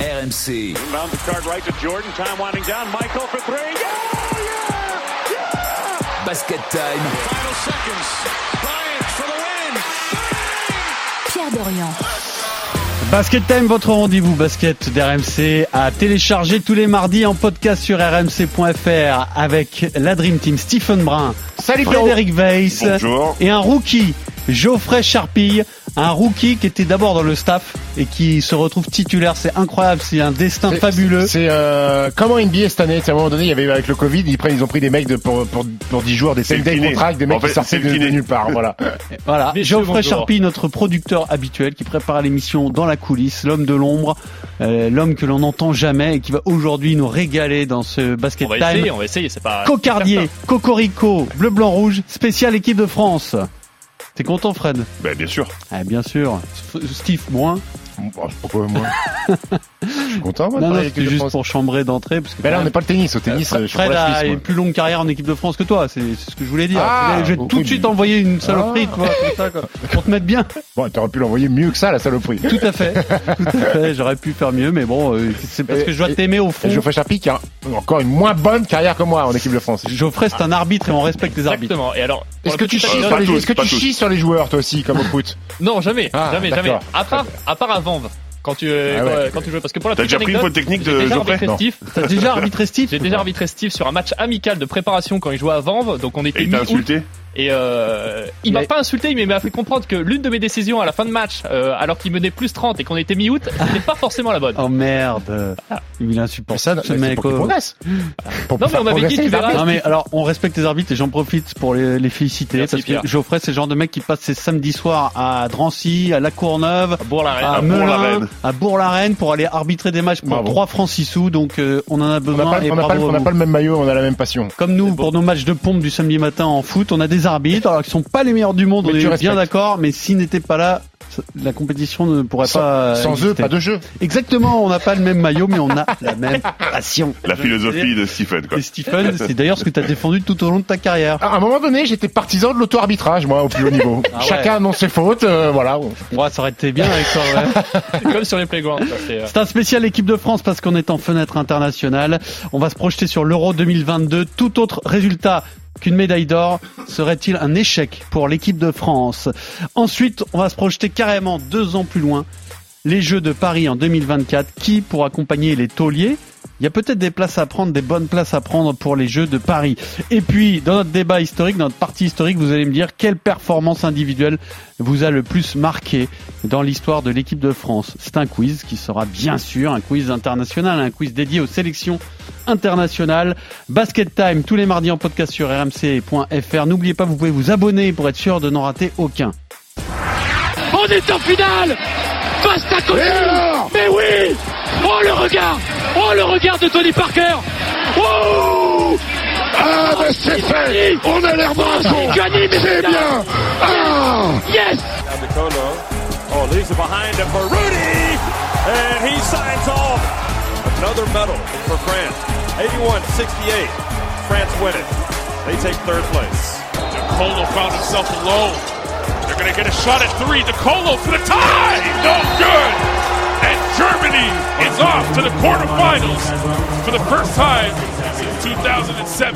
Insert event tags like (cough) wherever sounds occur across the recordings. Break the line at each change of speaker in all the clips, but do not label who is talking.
RMC.
Inbound the card right to Jordan. Time winding down. Michael for three. Yeah, yeah, yeah.
Basket time.
Final seconds. Bryant for the
Pierre
win.
Dorian.
Basket Time, votre rendez-vous basket d'RMC à télécharger tous les mardis en podcast sur rmc.fr avec la Dream Team Stephen Brun,
Salut
Frédéric Weiss
Bonjour.
et un rookie, Geoffrey Charpille, un rookie qui était d'abord dans le staff et qui se retrouve titulaire. C'est incroyable, c'est un destin
C'est-
fabuleux.
C'est euh, comment NBA cette année c'est À un moment donné, il y avait eu avec le Covid, ils, prennent, ils ont pris des mecs de, pour, pour, pour 10 jours, des
C'est le
5 day
kiné.
contracts, des
En
mecs
fait,
qui
c'est
sortaient
le
de, de
kiné.
nulle part.
(laughs)
Voilà.
Voilà,
Messieurs,
Geoffrey
bonjour.
Charpie, notre producteur habituel qui prépare l'émission dans la coulisse, l'homme de l'ombre, euh, l'homme que l'on n'entend jamais et qui va aujourd'hui nous régaler dans ce basket
On va
time.
essayer, on va essayer, c'est pas.
Cocardier, Cocorico, bleu blanc rouge, spécial équipe de France. T'es content Fred
Ben, bien sûr.
ah, Bien sûr. F- Steve moins.
Bon, pourquoi moi Je suis content. Moi, de
Non, non,
parler avec
c'était
l'équipe de
juste
France.
pour chambrer d'entrée. Parce que
Mais là, on n'est pas le tennis. Au tennis, euh,
Fred
je suis pour la
a
Suisse.
une
moi.
plus longue carrière en équipe de France que toi, c'est c'est ce que je voulais dire.
Ah,
je vais
oui,
tout de
mais-
suite envoyer une saloperie,
Ah.
tu vois, comme ça, quoi, pour te mettre bien.
Bon, t'aurais pu l'envoyer mieux que ça, la saloperie.
Tout à fait, tout à fait. J'aurais pu faire mieux, mais bon, euh, c'est parce que je dois
Et-
t'aimer au fond.
Et Geoffrey Charpie qui a encore une moins bonne carrière que moi en équipe de France.
Geoffrey, c'est un arbitre et on respecte les arbitres.
Exactement. Et alors. pour
Est-ce
la
que tu
petite
chies
anecdote-
sur les
tous,
est-ce que
pas
tu
tous.
chies sur les joueurs toi aussi comme au foot
Non, jamais,
Ah,
jamais,
d'accord.
jamais. À part, à part à Vanves, quand tu, euh,
Ah
quand,
ouais.
euh, quand tu jouais, parce que pour la
T'as
petite
déjà pris une
anecdote,
bonne technique
j'ai
de
déjà
Geoffrey
arbitré
Non.
Steve.
T'as déjà arbitré Steve
J'ai déjà arbitré Steve sur un match amical de préparation quand il jouait à Vanves, donc on était
Et il t'a
mi-août.
insulté
Et euh, il m'a
Mais-
pas insulté, mais il m'a fait comprendre que l'une de mes décisions à la fin de match, euh, alors qu'il menait plus 30 et qu'on était mi-août, c'était pas forcément la bonne.
Ah.
Oh merde, il est insupportable ce
mais c'est
mec.
pour qu'ils
oh.
progressent. Pour
Non, mais
faire
on m'avait
progresser
dit, tu
les arbitres.
verras.
Non mais alors on respecte les arbitres et j'en profite pour les, les féliciter
Merci,
parce que
Pierre.
Geoffrey c'est le genre de mec qui passe ses samedis soirs à Drancy, à La Courneuve,
Bon, la
Ah,
à,
À
Melun,
Bourg-la-Reine.
à Bourg-la-Reine pour aller arbitrer des matchs pour
Bravo.
3 francs 6 sous donc euh, on en a
On n'a
besoin
pas,
et
on n'a pas-
bravo à
on n'a
vous.
pas le même maillot, on a la même passion.
Comme nous pour nos matchs de pompe du samedi matin en foot, on a des arbitres alors qu'ils sont pas les meilleurs du monde,
Mais tu
on est bien
respectes.
d'accord mais s'ils n'étaient pas là la compétition ne pourrait pas
Sans, sans eux,
exister.
pas de jeu.
Exactement, on n'a pas le même maillot mais on a la
(laughs)
même passion.
La philosophie de Stephen, quoi.
Et Stephen, c'est d'ailleurs ce que tu as défendu tout au long de ta carrière.
À un moment donné, j'étais partisan de l'auto-arbitrage, moi, au plus haut niveau.
(laughs) Ah ouais.
Chacun annonce ses fautes, euh, voilà.
Ouais, ça aurait été bien avec toi, ouais.
(laughs) comme sur les playgrounds. ça, c'est, euh,
C'est un spécial équipe de France parce qu'on est en fenêtre internationale. On va se projeter sur l'Euro 2022. Tout autre résultat qu'une médaille d'or serait-il un échec pour l'équipe de France Ensuite, on va se projeter carrément deux ans plus loin. Les Jeux de Paris en 2024. Qui pour accompagner les tauliers il y a peut-être des places à prendre, des bonnes places à prendre pour les Jeux de Paris. Et puis, dans notre débat historique, dans notre partie historique, vous allez me dire quelle performance individuelle vous a le plus marqué dans l'histoire de l'équipe de France. C'est un quiz qui sera bien sûr un quiz international, un quiz dédié aux sélections internationales. Basket Time tous les mardis en podcast sur rmc.fr. N'oubliez pas, vous pouvez vous abonner pour être sûr de n'en rater aucun.
On est en finale Face à côté Mais oui Oh le regard Oh le regard de Tony Parker Oh Ah mais c'est fait On a l'air bravo C'est bien Yes
Down to Colo. Oh, leaves it behind him for Rudy. And he signs off. Another medal for France. 81-68. France win it. They take third place.
Colo found himself alone. They're going to get a shot at three. DeColo for the tie! No good! And Germany is off to the quarterfinals for the first time since 2007.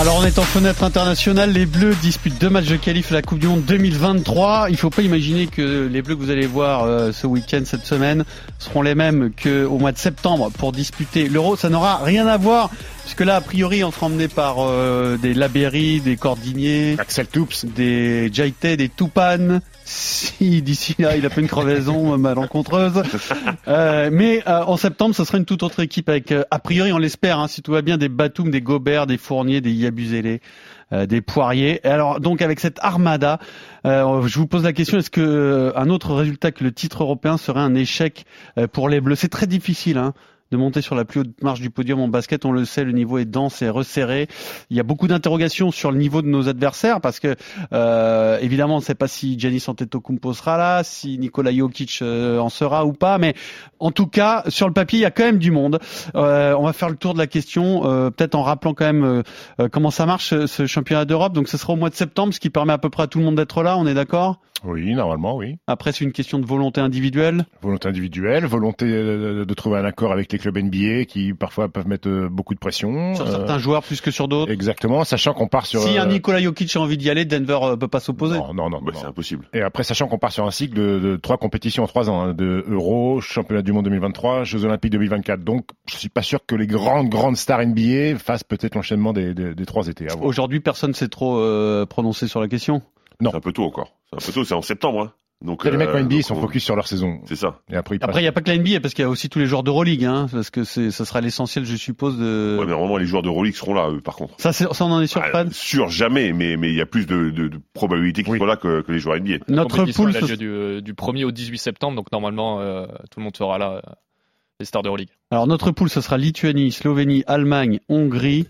Alors on est en fenêtre internationale, les Bleus disputent deux matchs de qualif à la Coupe du Monde 2023. Il faut pas imaginer que les Bleus que vous allez voir euh, ce week-end, cette semaine, seront les mêmes qu'au mois de septembre pour disputer l'Euro. Ça n'aura rien à voir, puisque là, a priori, on sera emmené par euh, des Labéry, des Cordiniers,
Axel Toups.
des Jaité, des Toupane. Si d'ici là il a fait une crevaison (laughs) malencontreuse, Euh, mais euh, en septembre ce sera une toute autre équipe avec euh, a priori on l'espère hein, si tout va bien des Batum, des Gobert, des Fournier, des Yabusele, euh, des Poirier. Et alors donc avec cette armada, euh, je vous pose la question est-ce que euh, un autre résultat que le titre européen serait un échec euh, pour les Bleus C'est très difficile. Hein de monter sur la plus haute marche du podium en basket. On le sait, le niveau est dense et resserré. Il y a beaucoup d'interrogations sur le niveau de nos adversaires parce que euh, évidemment, on ne sait pas si Giannis Antetokounmpo sera là, si Nikola Jokic euh, en sera ou pas. Mais en tout cas, sur le papier, il y a quand même du monde. Euh, on va faire le tour de la question, euh, peut-être en rappelant quand même euh, comment ça marche ce, ce championnat d'Europe. Donc, ce sera au mois de septembre, ce qui permet à peu près à tout le monde d'être là. On est d'accord
Oui, normalement, oui.
Après, c'est une question de volonté individuelle.
Volonté individuelle, volonté euh, de, de trouver un accord avec les clubs NBA qui parfois peuvent mettre euh, beaucoup de pression. Euh,
Sur certains joueurs plus que sur d'autres.
Exactement, sachant qu'on part Euh, sur. euh,
Si un Nikola Jokic a envie d'y aller, Denver euh, peut pas s'opposer.
Non, non, non, non.
Ouais, Ah bah, c'est impossible.
Et après, sachant qu'on part sur un cycle de, de trois compétitions en trois ans, hein, de Euro, Championnat du Monde 2023, Jeux Olympiques 2024. Donc, je suis pas sûr que les grandes, grandes stars NBA fassent peut-être l'enchaînement des, des, des trois étés. à
Oh,
voir.
Aujourd'hui, personne s'est trop euh, prononcé sur la question.
Non.
C'est un peu tôt encore. C'est un peu tôt, c'est en septembre. Hein. Donc,
Après, les mecs
euh,
en NBA,
donc
ils sont
on-
focus sur leur saison.
C'est ça.
Et après, ils passent.
Après, il n'y a pas que la NBA, parce qu'il y a aussi tous les joueurs d'Euroleague, hein, parce que c'est, ça sera l'essentiel, je suppose, de...
Ouais, mais normalement, les joueurs de Rolex seront là, eux, par contre.
Ça, c'est- ça, on en est sûr,
Bah,
Fran
sûr, jamais, mais mais il y a plus de, de, de probabilités qu'ils
Oui.
soient là que, que les joueurs NBA.
Notre
compétition,
poule,
elle a
ce-
lieu du, du 1er au 18 septembre, donc normalement euh, tout le monde sera là, euh, les stars de Euroleague.
alors notre poule, ce sera Lituanie, Slovénie, Allemagne, Hongrie,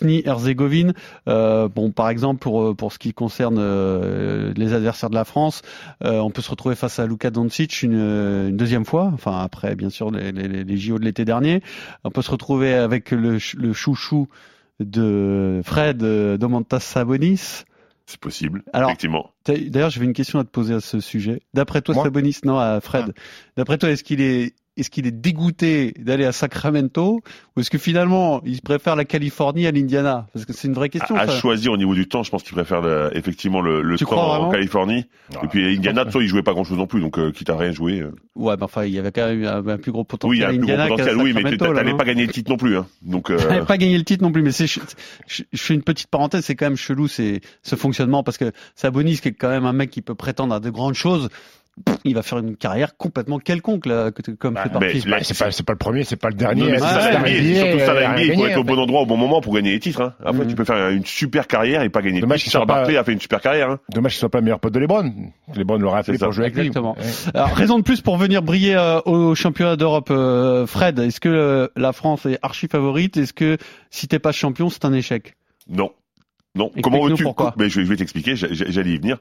Bosnie-Herzégovine. Euh, bon, par exemple, pour euh, pour ce qui concerne euh, les adversaires de la France, euh, on peut se retrouver face à Luka Doncic une, euh, une deuxième fois. Enfin, après, bien sûr, les, les, les- les JO de l'été dernier, on peut se retrouver avec le, ch- le chouchou de Fred euh, Domantas Sabonis.
C'est possible.
Alors-
Effectivement.
T'as- D'ailleurs, j'avais une question à te poser à ce sujet. D'après toi,
Moi
Sabonis, non, à Fred.
Ah.
D'après toi, est-ce qu'il est, est-ce qu'il est dégoûté d'aller à Sacramento ou est-ce que finalement, il préfère la Californie à l'Indiana Parce que c'est une vraie question.
À, à
ça.
choisir au niveau du temps, je pense qu'ils préfèrent le- effectivement le, le
Tu
temps
crois vraiment
en Californie.
Ah,
Et puis Indiana, toi, ils jouaient pas grand-chose non plus, donc euh, quitte à rien jouer. euh.
Ouais, mais enfin, il y avait quand même un, un plus gros potentiel
Oui, il y a
à
un plus
Indiana
gros
qu'à
potentiel, oui, mais
Sacramento. là,
t'allais
non
pas gagner le titre non plus. Hein.
(laughs)
Donc, euh,
T'avais pas gagné le titre non plus, mais c'est, ch- je, je fais une petite parenthèse, c'est quand même chelou c'est ce fonctionnement parce que Sabonis, qui est quand même un mec qui peut prétendre à de grandes choses, il va faire une carrière complètement quelconque là, que- comme fait
Bah, mais
partie.
là,
Ouais, c'est pas, c'est pas le premier, c'est pas le
Non,
dernier.
mais c'est
Ouais,
ça
ouais,
la
Star
NBA,
NBA,
c'est surtout ça la
euh,
NBA, il faut
gagner,
être au
en Mm.
bon endroit au bon moment pour gagner les titres. Hein. Après,
Mhm.
tu peux faire une super carrière et pas gagner.
Dommage qu'il
Charles
soit pas-
Barkley a fait une super carrière. Hein.
fait. Dommage qu'il soit pas le meilleur pote de Lebron. Lebron l'aurait appelé
C'est ça.
pour jouer avec lui.
Exactement.
Ouais.
Alors, raison de plus pour venir briller euh, au championnat d'Europe, euh, Fred. Est-ce que euh, la France est archi favorite Est-ce que si t'es pas champion, c'est un échec
Non. Non.
Explique-nous
Comment veux-tu
pourquoi.
Mais je, vais- je vais t'expliquer, j'a- j'a- j'allais y venir.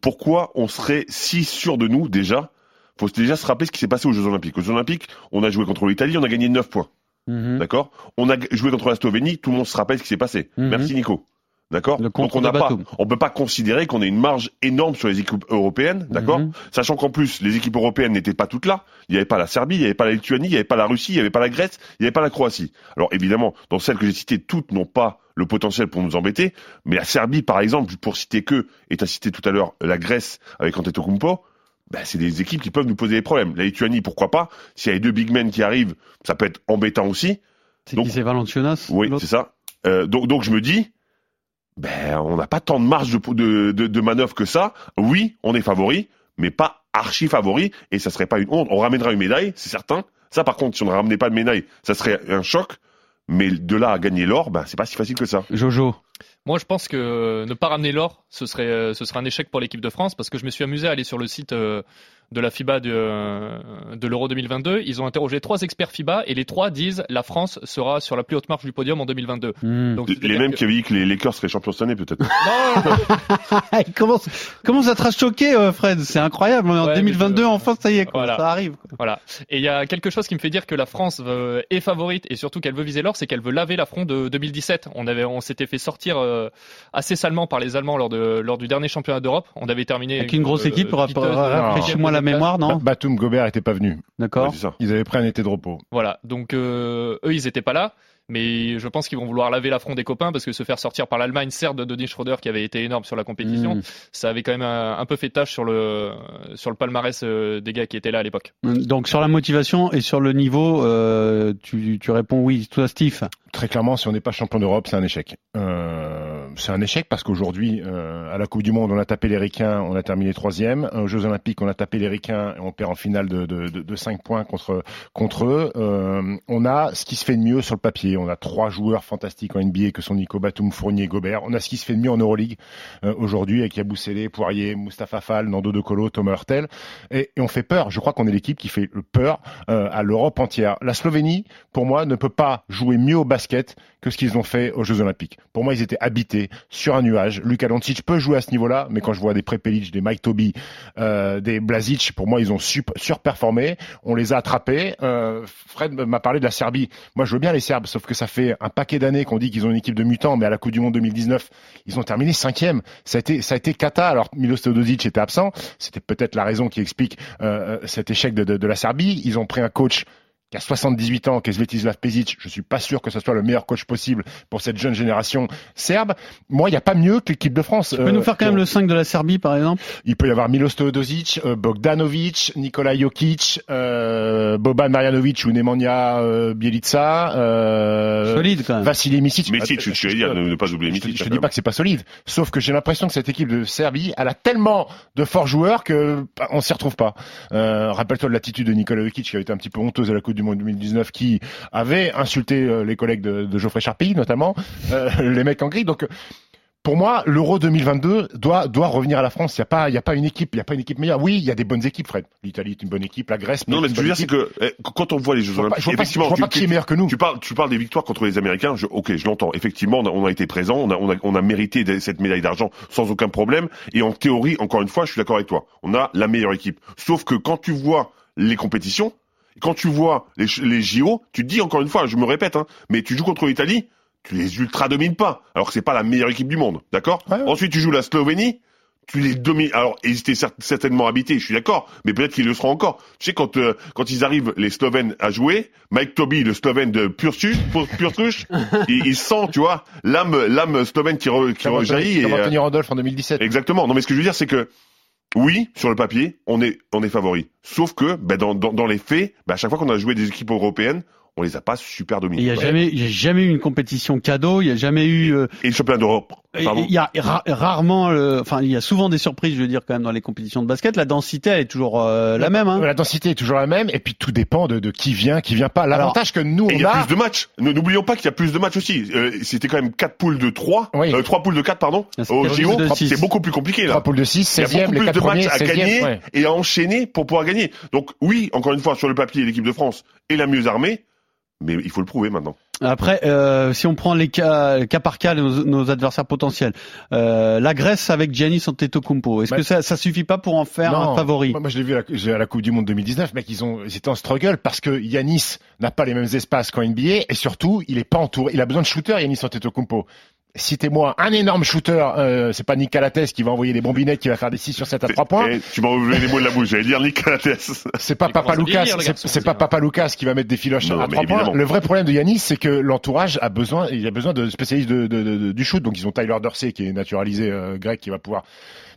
Pourquoi on serait si sûr de nous déjà faut déjà se rappeler ce qui s'est passé aux Jeux Olympiques. Aux Jeux Olympiques, on a joué contre l'Italie, on a gagné 9 points. D'accord On a g- joué contre la Slovénie, tout le monde se rappelle ce qui s'est passé.
Mhm.
Merci Nico. D'accord
Le contre
Donc on
de
n'a pas,
Batum.
on peut pas considérer qu'on ait une marge énorme sur les équipes européennes, d'accord
Mhm.
Sachant qu'en plus les équipes européennes n'étaient pas toutes là. Il n'y avait pas la Serbie, il n'y avait pas la Lituanie, il n'y avait pas la Russie, il n'y avait pas la Grèce, il n'y avait pas la Croatie. Alors évidemment, dans celles que j'ai citées, toutes n'ont pas le potentiel pour nous embêter. Mais la Serbie, par exemple, pour citer que, et t'as cité tout à l'heure la Grèce avec Antetokounmpo, bah, c'est des équipes qui peuvent nous poser des problèmes. La Lituanie, pourquoi pas S'il y a les deux big men qui arrivent, ça peut être embêtant aussi.
C'est
Donc-
qui c'est Valentinas
Oui,
l'autre
c'est ça. Euh, donc, donc je me dis, ben, on n'a pas tant de marge de, de, de, de manœuvre que ça. Oui, on est favori, mais pas archi favori, et ça serait pas une honte. On ramènera une médaille, c'est certain. Ça, par contre, si on ne ramenait pas de médaille, ça serait un choc. Mais de là à gagner l'or, ben, c'est pas si facile que ça.
Jojo.
Moi, je pense que euh, ne pas ramener l'or, ce serait, euh, ce serait un échec pour l'équipe de France parce que je me suis amusé à aller sur le site euh, de la FIBA de, euh, de l'Euro 2022. Ils ont interrogé trois experts FIBA et les trois disent la France sera sur la plus haute marche du podium en 2022.
Mhm.
Donc,
Les
c'est-à-dire
mêmes
que-
qui avaient dit que les Lakers seraient champions cette année, peut-être.
Non, non, non,
Ah, (laughs) il commence, commence à te rachoquer, euh, Fred. C'est incroyable. On est en
Ouais,
2022,
mais je-
enfin, ça y est, quoi,
Voilà.
ça arrive. quoi.
Et il y a quelque chose qui me fait dire que la France euh, est favorite et surtout qu'elle veut viser l'or, c'est qu'elle veut laver l'affront de 2017. On avait, on s'était fait sortir euh, assez salement par les Allemands lors de lors du dernier championnat d'Europe. On avait terminé euh,
Avec une grosse équipe, ra-
piteuse,
ra- rafraîchis-moi la
quatrième place.
mémoire,
Ba-
non
Batum Gobert était pas venu.
Ouais,
D'accord.
c'est ça.
Ils avaient pris un été de repos.
Voilà. Donc euh, eux, ils étaient pas là, mais je pense qu'ils vont vouloir laver l'affront des copains parce que se faire sortir par l'Allemagne, certes, de Denis Schroeder qui avait été énorme sur la compétition,
Mhm.
ça avait quand même un, un peu fait tâche sur le sur le palmarès euh, des gars qui étaient là à l'époque.
Mhm. Donc sur la motivation et sur le niveau, euh, tu, tu réponds oui. Toi, Steve.
Très clairement, si on n'est pas champion d'Europe, c'est un échec. Euh, c'est un échec parce qu'aujourd'hui, euh, à la Coupe du Monde, on a tapé les Ricains, on a terminé troisième. Aux Jeux Olympiques, on a tapé les Ricains et on perd en finale de, de, de, de 5 points contre, contre eux. Euh, on a ce qui se fait de mieux sur le papier. On a trois joueurs fantastiques en NBA que sont Nico Batum, Fournier, Gobert. On a ce qui se fait de mieux en Euroleague euh, aujourd'hui avec Yabou Sélé, Poirier, Mustafa Fall, Nando De Colo, Thomas Hurtel. Et, et, on fait peur. Je crois qu'on est l'équipe qui fait peur euh, à l'Europe entière. La Slovénie, pour moi, ne peut pas jouer mieux au basket que ce qu'ils ont fait aux Jeux Olympiques. Pour moi, ils étaient habités sur un nuage. Luka Doncic peut jouer à ce niveau-là, mais quand je vois des Prepelic, des Mike Toby, euh, des Blazic, pour moi, ils ont surperformé. On les a attrapés. Euh, Fred m'a parlé de la Serbie. Moi, je veux bien les Serbes, sauf que ça fait un paquet d'années qu'on dit qu'ils ont une équipe de mutants, mais à la Coupe du Monde 2019, ils ont terminé cinquième. Ça a été, ça a été cata. Alors, Milos Teodosic était absent. C'était peut-être la raison qui explique euh, cet échec de, de, de la Serbie. Ils ont pris un coach qui a 78 ans, qui est Svetislav Pesic, je suis pas sûr que ce soit le meilleur coach possible pour cette jeune génération serbe. Moi, il n'y a pas mieux que l'équipe de France. Tu
peux euh, nous faire quand même le 5 de la Serbie, par exemple
Il peut y avoir Milos Teodosic, euh, Bogdanovic, Nikola Jokic, euh, Boban Marjanovic ou Nemanja Bjelica.
Euh,
solide, quand même.
Vassili Ah, euh, Misic.
Misic, je, te dire, ne, pas oublier Misic.
Je te dis pas que c'est pas solide. Sauf que j'ai l'impression que cette équipe de Serbie, elle a tellement de forts joueurs que bah, on s'y retrouve pas. Euh, Rappelle-toi de l'attitude de Nikola Jokic qui a été un petit peu honteuse à la Coupe du Monde 2019 qui avait insulté euh, les collègues de, de Geoffrey Charpille notamment, (laughs) euh, les mecs en gris. Donc pour moi, l'Euro 2022 doit doit revenir à la France. Il y a pas il y a pas une équipe, il y a pas une équipe meilleure. Oui, il y a des bonnes équipes, Fred. L'Italie est une bonne équipe, la Grèce.
Non, mais
ce
que je veux dire c'est que eh, quand on voit les Jeux
vois pas-
Olympiques,
je vois pas-
effectivement,
je vois
tu-
pas qui
tu-
est meilleur que nous.
Tu parles, tu parles des victoires contre les Américains. Je, ok, je l'entends. Effectivement, on a, on a été présent, on a, on a, on a mérité de- cette médaille d'argent sans aucun problème. Et en théorie, encore une fois, je suis d'accord avec toi. On a la meilleure équipe. Sauf que quand tu vois les compétitions, quand tu vois les, ch- les JO, tu te dis encore une fois, je me répète, hein, mais tu joues contre l'Italie, tu les ultra domines pas. Alors que c'est pas la meilleure équipe du monde, d'accord
Ouais, ouais.
Ensuite, tu joues la Slovénie. Tu les domines. Alors, ils étaient cer- certainement habités, je suis d'accord, mais peut-être qu'ils le seront encore. Tu sais, quand euh, quand ils arrivent, les Slovènes à jouer, Mike Toby, le Slovène de pure, su- pure,
(laughs)
pure truche, il, il sent, tu vois, l'âme l'âme slovène qui, re- qui
Comme
rejaillit.
Anthony- comme
et, euh,
Anthony Randolph en 2017.
Exactement. Non, mais ce que je veux dire, c'est que oui, sur le papier, on est on est favori. Sauf que ben, dans, dans dans les faits, ben, à chaque fois qu'on a joué des équipes européennes, on les a pas super
Et Il n'y
dominées.
a jamais, il y a jamais eu une compétition cadeau. Il n'y a jamais eu. euh,
Et le championnat d'Europe.
Et
pardon.
Il y a ra- rarement, le- enfin, il y a souvent des surprises, je veux dire, quand même, dans les compétitions de basket. La densité, elle est toujours euh, la même. Hein.
La densité est toujours la même et puis tout dépend de, de qui vient, qui vient pas. L'avantage que nous
Et il y
on
a
a
plus de matchs. Ne- N'oublions pas qu'il y a plus de matchs aussi. Euh, C'était quand même quatre poules de 3,
Oui.
euh, 3 poules de 4 pardon.
Ah, c'était
Au
plus
JO,
de six.
c'est beaucoup plus compliqué là.
trois poules de 6,
Il y a
16e,
beaucoup
les
plus
4
de
premiers,
matchs à
16e.
gagner
ouais.
et à enchaîner pour pouvoir gagner. Donc oui, encore une fois, sur le papier, l'équipe de France est la mieux armée, mais il faut le prouver maintenant.
Après, euh, si on prend les cas, cas par cas, nos, nos adversaires potentiels, euh, la Grèce avec Giannis Antetokounmpo, est-ce
Bah-
que ça, ça suffit pas pour en faire un favori
Moi, moi, je l'ai vu à la, j'ai- à la Coupe du Monde 2019, mec, ils ont, ils étaient en struggle parce que Yanis n'a pas les mêmes espaces qu'en NBA et surtout, il est pas entouré. Il a besoin de shooters, Yanis Antetokounmpo. Citez-moi un énorme shooter, euh, c'est pas Nikalates qui va envoyer des bombinettes, qui va faire des 6 sur 7 à 3 points.
Eh, tu m'as enlevé les mots de la bouche. J'allais dire Nicolates.
C'est pas
Il
Papa
commence à
Lucas,
vieillir, le
c'est-
garçon,
c'est
on
pas
dirait.
Papa Lucas qui va mettre des filoches
Non,
à
mais
trois points.
évidemment.
Le vrai problème de Yanis, c'est que l'entourage a besoin, il a besoin de spécialistes de, de- de- de- du shoot. Donc ils ont Tyler Dorsey qui est naturalisé euh, grec qui va pouvoir.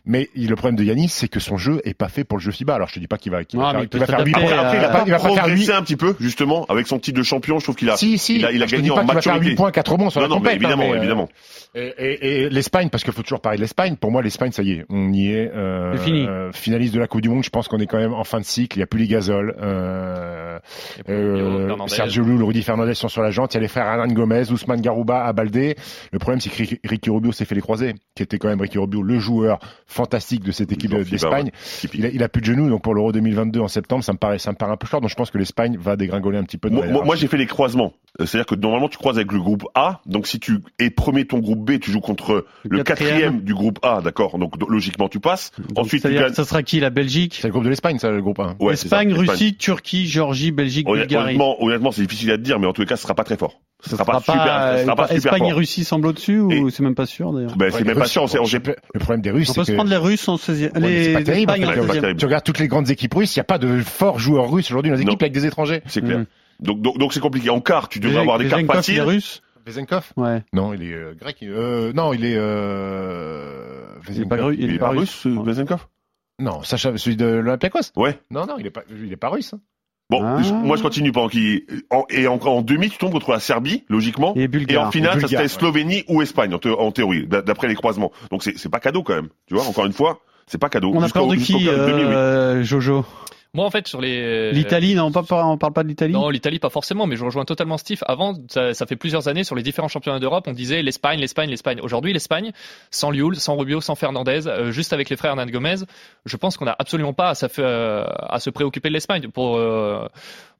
Mais il- le problème de Yanis, c'est que son jeu est pas fait pour le jeu FIBA. Alors je te dis pas qu'il va, qu'il va
Ouais,
faire-
mais il
qu'il
peut
va faire huit
s'adapter
points.
à-
Après, il a
pas-
pas
il va pas faire
progressé
huit-
un petit peu, justement, avec son titre de champion. Je trouve qu'il a,
Si, si.
il a, il a
Je te
gagné
dis pas
en
qu'il va faire huit
maturité.
points, quatre rebonds sur
non,
la
non, mais
compète, hein,
évidemment,
mais, euh,
évidemment.
Et, et- et l'Espagne, parce qu'il faut toujours parler de l'Espagne. Pour moi, l'Espagne, ça y est, on y est. euh,
C'est fini.
euh, finaliste de la Coupe du Monde, je pense qu'on est quand même en fin de cycle. Il n'y a plus les gazoles. Euh,
Et puis, Léo
euh,
Fernandez.
Sergio Lul, Rudy Fernandez sont sur la jante. Il y a les frères Hernan Gomez, Ousmane Garouba, Abaldé. Le problème, c'est que Ricky- Ricky Rubio s'est fait les croisés, qui était quand même Ricky Rubio, le joueur fantastique de cette équipe
Joueur
d'Espagne.
Typique.
Il a, il a plus de genoux, donc pour l'Euro 2022 en septembre, ça me paraît, ça me paraît un peu short. Donc je pense que l'Espagne va dégringoler un petit peu. dans
Moi,
la
moi, moi,
hiérarchie.
j'ai fait les croisements. Euh, C'est-à-dire que normalement, tu croises avec le groupe A. Donc, si tu es premier ton groupe B, tu joues contre
Le
le
quatrième.
quatrième du groupe A, d'accord Donc, do- logiquement, tu passes.
Donc,
Ensuite, tu
c'est-à-dire que
gagnes.
ça sera qui La Belgique
c'est le groupe de l'Espagne, ça, le groupe 1.
Ouais, c'est ça,
Espagne,
l'Espagne.
Russie, Turquie, Géorgie, Belgique,
Honnêt-
Bulgarie.
Honnêtement, honnêtement, c'est difficile à te dire, mais en tous les cas, ce sera pas très fort. Ce
Ça
sera pas super,
euh,
ce sera pas super
Espagne et
fort.
Russie semblent au-dessus ou
Et-
c'est même pas sûr d'ailleurs.
Ben,
Ouais,
c'est
les
même pas
Russes,
sûr. On, s'est- on, s'est-
Le problème des Russes,
On
c'est
peut
que
se prendre les Russes en 16e,
mais c'est
les
pas terrible,
Espagnes en
après,
c'est pas
16e.
terrible.
Tu regardes toutes les grandes équipes russes, il n'y a pas de forts joueurs russes aujourd'hui dans les
Non.
équipes avec des étrangers.
c'est clair.
Mm.
Donc, donc, donc, c'est compliqué. En quart, tu devrais
Déjà-
avoir des
déjà
quarts
une coiffe, les
faciles.
Russes
Vezenkov
Ouais.
Non, il est euh, grec. il- Euh, non, il est. Euh,
Il est
Vezenkov,
pas gru- il est pas russe.
russe, euh, Vezenkov
Non, Sacha, celui de l'Olympiakos
Ouais.
Non, non, il est pas, il est pas russe. hein.
Bon,
Ah.
je- moi je continue pendant qu'il en- et en, en demi tu tombes contre la Serbie logiquement
Oh. Et Bulgarie.
en finale
Bulgarie,
ça serait
ouais.
Slovénie ou Espagne en, thé- en théorie d'a- d'après les croisements. Donc c'est c'est pas cadeau quand même. Tu vois encore une fois c'est pas cadeau.
On a
Jusqu'au-
peur de
jusqu'au
qui,
demi, oui.
euh, Jojo
Moi, en fait, sur les.
L'Italie, non, pas, pas- on parle pas de l'Italie
Euh, Non, l'Italie, pas forcément, mais je rejoins totalement Steve. Avant, ça, ça fait plusieurs années sur les différents championnats d'Europe, on disait l'Espagne, l'Espagne, l'Espagne. Aujourd'hui, l'Espagne, sans Lioul, sans Rubio, sans Fernandez, euh, juste avec les frères Hernan Gomez, je pense qu'on n'a absolument pas à, s'aff- euh, à se préoccuper de l'Espagne. Pour, euh,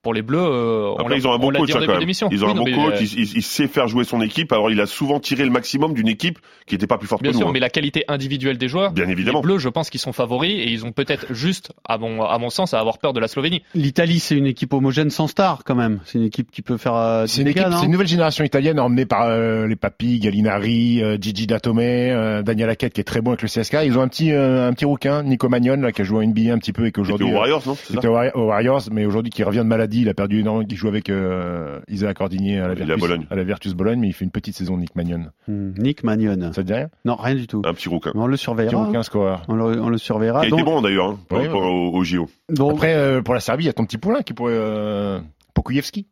pour les Bleus, euh, on
Après,
l'a-
ils ont un
on
bon
l'a
coach,
dit en
hein,
début
quand même.
d'émission.
Ils ont
Oui,
un
non,
bon
mais,
coach,
euh,
il, il- il sait faire jouer son équipe. Alors, il a souvent tiré le maximum d'une équipe qui n'était pas plus forte
Bien
que nous.
sûr,
hein.
mais la qualité individuelle des joueurs.
Bien évidemment.
Les Bleus, je pense qu'ils sont favoris et ils ont peut-être juste, à mon, à mon sens, à avoir peur de la Slovénie.
L'Italie, c'est une équipe homogène sans star quand même. C'est une équipe qui peut faire euh,
C'est
du
une, équipe,
dégât, non
c'est une nouvelle génération italienne emmenée par euh, les papis, Gallinari, euh, Gigi Datome, euh, Daniel Hackett qui est très bon avec le CSK. Ils ont un petit euh, un petit rouquin, Nico Magnon là qui a joué en NBA un petit peu et qui
C'était
aujourd'hui
aux Warriors, non
euh,
C'est ça
était aux Warri- aux Warriors, mais aujourd'hui qui revient de maladie, il a perdu énormément, qui joue avec euh, Isaac Cordinier à la
Il est à
Virtus
Bologne.
à la Virtus Bologne, mais il fait une petite saison Nick Magnon.
Hmm, Nick Magnon.
Ça te dit rien
Non, rien du tout.
Euh,
Un petit rouquin.
Mais on le
Petit
surveillera.
rouquin scoreur.
On le, on le surveillera.
Qui a été
Ah, Donc-
bon d'ailleurs, hein, par
Ouais,
rapport au, au JO.
donc,
Après euh, pour la Serbie, il y a ton petit poulain qui pourrait euh, Pokuyevski,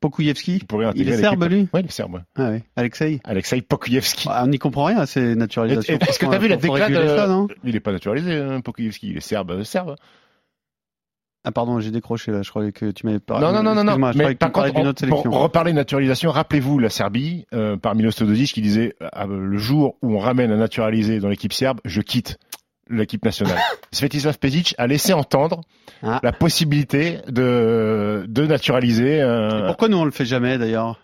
Pokuevski,
qui pourrait intégrer
est serbe,
l'équipe.
lui
Ouais, il est serbe. ouais.
ah ouais. Alexei.
Alexei Pokuyevski.
Ah, on n'y comprend rien à ces naturalisations.
Et- et- est-ce que
Franchement,
t'as vu la
faut- faut
déclate,
réguler
euh,
ça, non
Il est pas naturalisé hein, Pokuyevski, il est serbe, euh, serbe.
Ah pardon, j'ai décroché là. Je croyais que tu m'avais parlé.
Non, non, non, non, non.
Excuse-moi, je
Mais
croyais que
par
tu parlais
contre,
d'une
on-
autre sélection.
pour reparler naturalisation, rappelez-vous la Serbie, euh, par Milos Todosic, qui disait ah, euh, le jour où on ramène un naturalisé dans l'équipe serbe, je quitte l'équipe
(laughs)
nationale. Svetislav Pesic a laissé entendre
Ah.
la possibilité de, de naturaliser.
Et
Euh,
pourquoi nous on le fait jamais d'ailleurs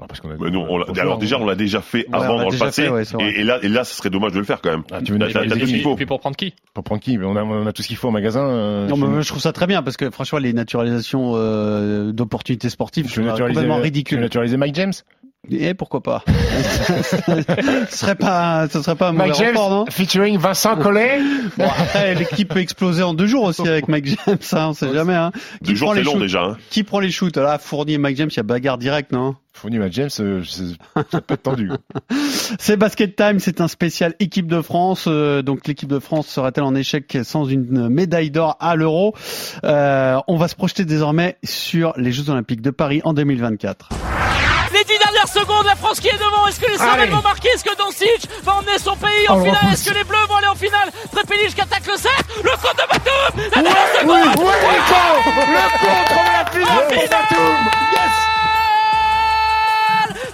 Non, parce qu'on a- euh,
Mais nous, on l'a-
Bonjour,
alors déjà, on l'a déjà fait avant
on l'a
dans le
déjà
passé.
fait, ouais, c'est vrai.
et, et là, et là, ce serait dommage de le faire quand même.
Ah, tu veux
T'as-
Et
t'as-
puis-
t'as tout ce
et
qu'il faut.
puis pour prendre qui
pour prendre qui Mais on a, on a tout ce qu'il faut au magasin. euh,
Non,
chez nous.
mais je trouve ça très bien parce que franchement, les naturalisations euh, d'opportunités sportives,
Tu
c'est
veux naturaliser-
complètement
tu veux
ridicule.
naturaliser Mike James
Et pourquoi pas (laughs) Ce serait pas, ce serait pas un Ah, mauvais
Mike James
report, non (laughs)
featuring Vincent Collet
Bon, après, l'équipe peut exploser en deux jours aussi avec Mike James, hein, on sait jamais. Hein. Qui
Deux jours,
prend
c'est
les
long
shoots
déjà. hein.
Qui prend les shoots Là, Fournier, Mike James, il y a bagarre directe, non
Fourni Mike James, euh, c'est c'est pas tendu.
C'est Basket Time, c'est un spécial équipe de France. Euh, donc l'équipe de France sera-t-elle en échec sans une médaille d'or à l'euro Euh, On va se projeter désormais sur les Jeux Olympiques de Paris en 2024.
Les dix dernières secondes, la France qui est devant. Est-ce que les Slovènes vont marquer Est-ce que Doncic va emmener son pays en finale Est-ce que les Bleus vont aller en finale Trépélich qui attaque le cercle. Le compte de Batum La dernière seconde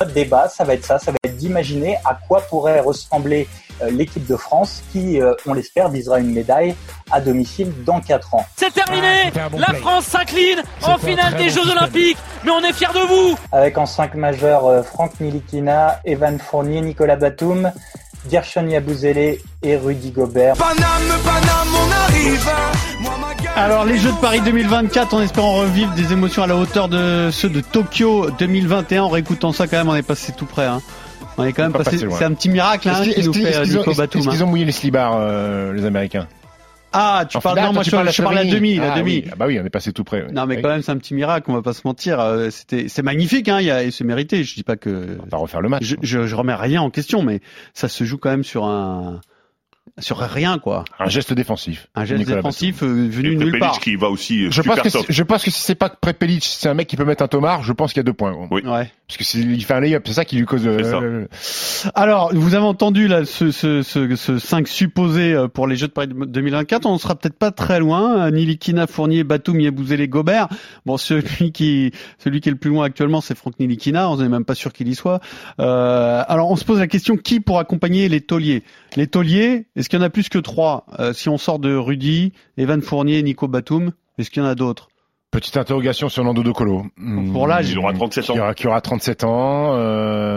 Notre débat, ça va être ça, ça va être d'imaginer à quoi pourrait ressembler euh, l'équipe de France qui, euh, on l'espère, visera une médaille à domicile dans 4 ans.
C'est
Ah,
terminé La France s'incline en finale des Jeux Olympiques. Mais on est fiers de vous
Avec en 5 majeurs euh, Franck Milikina, Evan Fournier, Nicolas Batum, Gershon Yabouzélé et Rudy Gobert.
Alors les Jeux de Paris 2024, en espérant revivre des émotions à la hauteur de ceux de Tokyo 2021. En réécoutant ça quand même, on est passé tout près. Hein. On est quand même
Pas
passé.
passé loin.
C'est un petit miracle hein,
Est-ce
qui
qu'ils-
nous
est-ce qu'ils-
fait euh,
est-ce qu'ils ont-
Nico
est-ce- est-ce
Batum. hein.
qu'ils ont mouillé les slibards, euh, les Américains
Ah, tu
En
parles
finale,
non,
toi,
moi
tu
je, parle- je parle à demi, à
Ah
demi.
oui. Ah bah oui, on est passé tout près. oui.
Non mais
Oui.
quand même c'est un petit miracle, on va pas se mentir. Euh, C'était, c'est magnifique, hein. il y a- et c'est mérité. Je dis pas que
On va refaire le match.
je, je, je remets rien en question, mais ça se joue quand même sur un sur rien quoi,
Un geste défensif.
un geste
Nicolas
défensif euh, venu
Et
de nulle
Pelic
part.
qui va aussi euh,
Batum. Je
super
pense, que si,
soft.
je pense que si c'est pas Prepelic, c'est un mec qui peut mettre un Tomar, je pense qu'il y a deux points.
Oui.
Ouais.
Parce que s'il il fait un lay-up, c'est ça qui lui cause.
C'est ça.
euh,
Alors, vous avez entendu là ce, ce, ce, ce 5 supposé euh, pour les Jeux de Paris 2024. On sera peut-être pas très loin. Euh, Nilikina, Fournier, Batum, Yabouzélé, Gobert. Bon, celui qui, celui qui est le plus loin actuellement, c'est Franck Nilikina. On n'est même pas sûr qu'il y soit. Euh, alors, on se pose la question qui pour accompagner les tauliers Les tauliers, est-ce qu'il y en a plus que trois Euh, Si on sort de Rudy, Evan Fournier, Nico Batum, est-ce qu'il y en a d'autres
Petite interrogation sur Nando De Colo.
Pour l'âge.
Il aura 37
Qui
ans.
aura, qui aura 37 ans.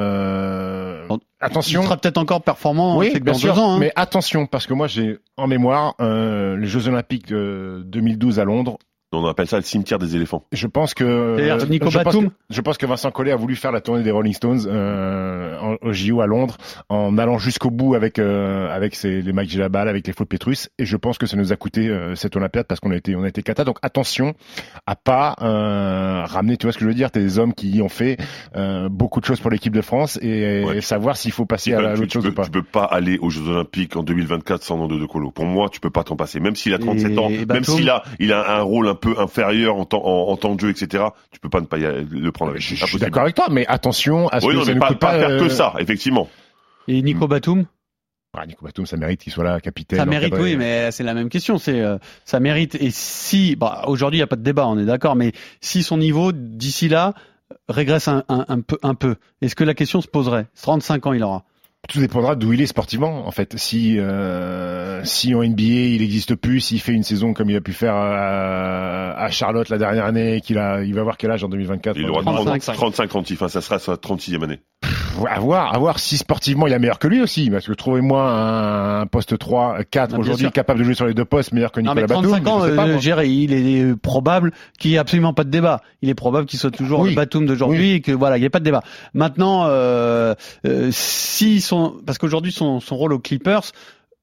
euh,
On-
Attention.
Il sera peut-être encore performant.
Oui,
c'est que
bien
dans
sûr.
deux ans, hein.
Mais euh, attention, parce que moi j'ai en mémoire euh, les Jeux Olympiques euh, 2012 à Londres.
On appelle ça le cimetière des éléphants.
Je pense que
C'est-à-dire Nico
je pense
Batum
que- je pense que Vincent Collet a voulu faire la tournée des Rolling Stones euh, en- au JO à Londres en allant jusqu'au bout avec euh, avec ses, les Mike Gillabal, avec les Faux Pétrus et je pense que ça nous a coûté euh, cette Olympiade parce qu'on a été on a été cata donc attention à pas euh, ramener tu vois ce que je veux dire des hommes qui ont fait euh, beaucoup de choses pour l'équipe de France et,
Ouais.
et savoir s'il faut passer
Tu
à
peux-
la- à
tu,
l'autre
tu
chose
peux,
ou pas.
tu peux pas aller aux Jeux Olympiques en 2024 sans Nando De Colo. Pour moi, tu peux pas t'en passer. Même s'il a 37
Et-
ans,
et
même
Batum
s'il a, il a un rôle un peu inférieur en temps, en, en temps de jeu, etc. Tu peux pas ne pas y aller, le prendre avec.
Ah, Je, je suis
Impossible.
d'accord avec toi, mais attention à ce
Oui,
que
non,
ça
mais
ne
pas,
coûte
pas
pas,
faire que
euh,
ça, effectivement.
Et
Hmm.
Nico Batum
Ah, Nico Batum, ça mérite qu'il soit là, capitaine.
Ça mérite,
encadré.
oui, mais c'est la même question. C'est euh, ça mérite. Et si, bah, aujourd'hui, il n'y a pas de débat, on est d'accord. Mais si son niveau d'ici là régresse un, un- un peu, un peu, est-ce que la question se poserait 35 ans, il aura.
Tout dépendra d'où il est sportivement, en fait. Si euh, si en NBA il n'existe plus, s'il fait une saison comme il a pu faire euh, à, à Charlotte la dernière année, qu'il a, il va avoir quel âge en 2024
Il aura
35.
35-36, enfin, ça sera sa 36e année.
À voir, à voir si sportivement il est meilleur que lui aussi, parce que trouvez-moi un, un poste 3, 4
bien
aujourd'hui
sûr.
capable de jouer sur les deux postes meilleur que
Non, mais
Nicolas Batum.
35 ans,
je sais pas,
euh,
moi.
Géré, il est euh, probable qu'il n'y ait absolument pas de débat. Il est probable qu'il soit toujours
Oui.
le Batum d'aujourd'hui et que voilà, il n'y ait pas de débat. Maintenant, euh, euh, si son, parce qu'aujourd'hui son, son rôle aux Clippers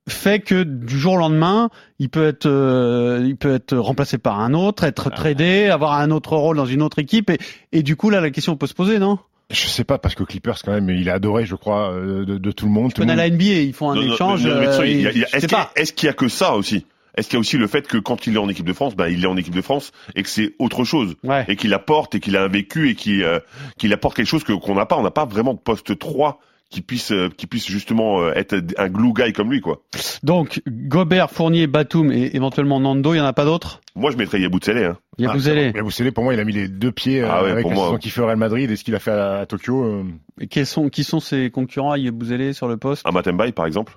fait que du jour au lendemain, il peut être, euh, il peut être remplacé par un autre, être
Ah
tradé, avoir un autre rôle dans une autre équipe et, et du coup là, la question peut se poser, non
Je sais pas parce que Clippers quand même, il est adoré, je crois, euh, de, de tout le monde. Tout
On
le
a
monde-
la NBA, ils font un
Non, non,
échange.
mais- mais- mais-
euh,
il y a- il y a-
et- je
Est-ce
sais
qu'il y,
pas.
a- est-ce qu'il y a que ça aussi Est-ce qu'il y a aussi le fait que quand il est en équipe de France, ben, il est en équipe de France et que c'est autre chose
Ouais.
et qu'il apporte et qu'il a un vécu et qu'il euh, qu'il apporte quelque chose que qu'on n'a pas. On n'a pas vraiment de poste 3 qui puisse euh, qui puisse justement euh, être un glue guy comme lui quoi.
Donc Gobert, Fournier, Batum et éventuellement Nando, il y en a pas d'autres.
Moi je mettrais Yabouzélé. Hein.
Il y a
Ah,
Bouzelé.
Mais vous savez, pour moi, il a mis les deux pieds euh,
Ah ouais,
avec
pour
la
moi.
saison qu'il fait au Real Madrid et ce qu'il a fait à, à Tokyo. euh,
Et quels sont, qui sont ses concurrents à Yebouzélé sur le poste
Un Matembaï par exemple.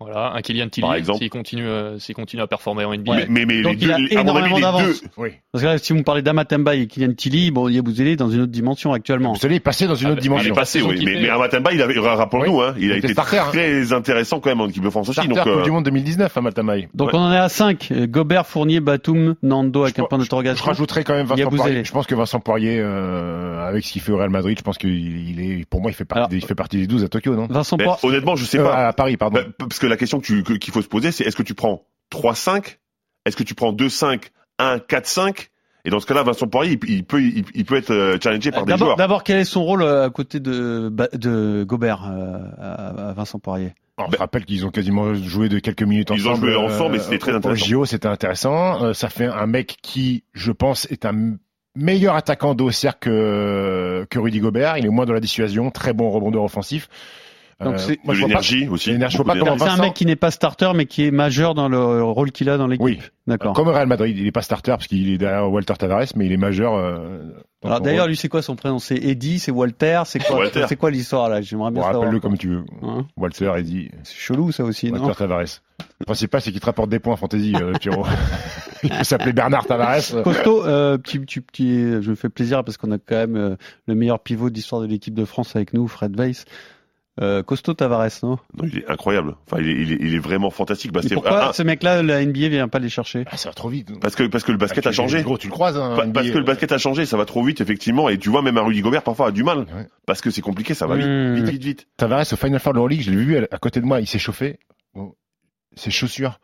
Voilà, un Kylian Tilly,
Par exemple.
s'il continue, euh, s'il continue à performer en NBA.
Ouais.
Mais mais
Donc,
les
il a
deux, les- à mon avis
énormément
les
d'avance.
deux.
oui.
Parce que là, si vous me parlez d'Amatemba et Kylian Tilly, bon, Yebouzélé est dans une autre dimension actuellement.
Vous savez, il est passé dans une
Ah,
autre
mais-
Il est
dimension.
passé,
Ils ont
oui. Mais,
quitté.
mais à Matemba, il avait, rappelons-nous, hein, il a
Il était
été
starter, hein.
très intéressant quand même en équipe de France aussi.
Starter
donc,
Coupe
euh,
du Monde 2019 à Maltamaï.
Donc
Ouais.
on en est à 5. Gobert, Fournier, Batum, Nando avec un
pense-
point
Je
d'interrogation.
rajouterais quand même Vincent
Yabusele.
Poirier. Je pense que Vincent Poirier, euh, avec ce qu'il fait au Real Madrid, je pense qu'il il est, pour moi, il fait partie,
Alors-
des, il fait partie des 12 à Tokyo, non
Vincent
mais
Poir-
honnêtement, je sais
Euh,
pas.
À Paris, pardon.
Bah, parce que la question que tu- que- qu'il faut se poser, c'est est-ce que tu prends 3-5 Est-ce que tu prends 2-5, 1, 4-5 Et dans ce cas-là, Vincent Poirier, il, il peut, il, il peut être euh, challengé par des
D'abord,
joueurs.
d'abord, quel est son rôle euh, à côté de, Ba- de Gobert, euh, à à Vincent Poirier
On
bah-
se rappelle qu'ils ont quasiment joué de quelques minutes
Ils
ensemble.
ont joué ensemble et
euh,
c'était très
au- au
intéressant.
JO, c'était intéressant. Euh, ça fait un mec qui, je pense, est un meilleur attaquant dos au cercle que, que Rudy Gobert. Il est moins dans la dissuasion, très bon rebondeur offensif. Euh,
Donc c'est-
De
moi, je vois pas-
l'énergie aussi.
l'énergie, je vois
beaucoup
pas comment-
C'est un
Vincent-
mec qui n'est pas starter, mais qui est majeur dans le rôle qu'il a dans l'équipe.
Oui.
D'accord.
Comme au Real Madrid, il est pas starter parce qu'il est derrière Walter Tavares, mais il est majeur. euh, dans
Alors
son
Ah, d'ailleurs,
rôle.
lui, c'est quoi son prénom C'est Eddie, c'est Walter, c'est quoi,
Walter.
c'est quoi l'histoire là J'aimerais bien
Bon,
savoir.
rappelle-le comme tu veux.
Hein
Walter, Eddie,
c'est chelou ça aussi, non
Walter Tavares. Le principal, c'est qu'il te rapporte des points en fantasy, euh,
(laughs)
Pierrot. il peut s'appeler Bernard Tavares.
Costaud, euh, petit, petit, petit, euh, je me fais plaisir parce qu'on a quand même euh, le meilleur pivot d'histoire de l'équipe de France avec nous, Fred Weiss. Euh, Costaud Tavares, non
Non, il est incroyable. Enfin, il est, il est, il est vraiment fantastique. Bah,
Mais
c'est-
Pourquoi
ah,
ce mec-là, la NBA vient pas les chercher
Ah, ça va trop vite.
parce que parce que le basket
Ah,
a
tu-
changé.
Gros, tu le croises. hein,
Pa-
NBA.
Parce que le basket a changé, ça va trop vite effectivement, et tu vois même un Rudy Gobert parfois a du mal
Ouais. Mmh.
parce que c'est compliqué, ça va vite,
Hmm.
Ah bah vite, vite, vite.
Tavares au Final Four de l'Euroleague, je l'ai vu à à côté de moi, il s'est chauffé. Bon, ses (laughs) chaussures.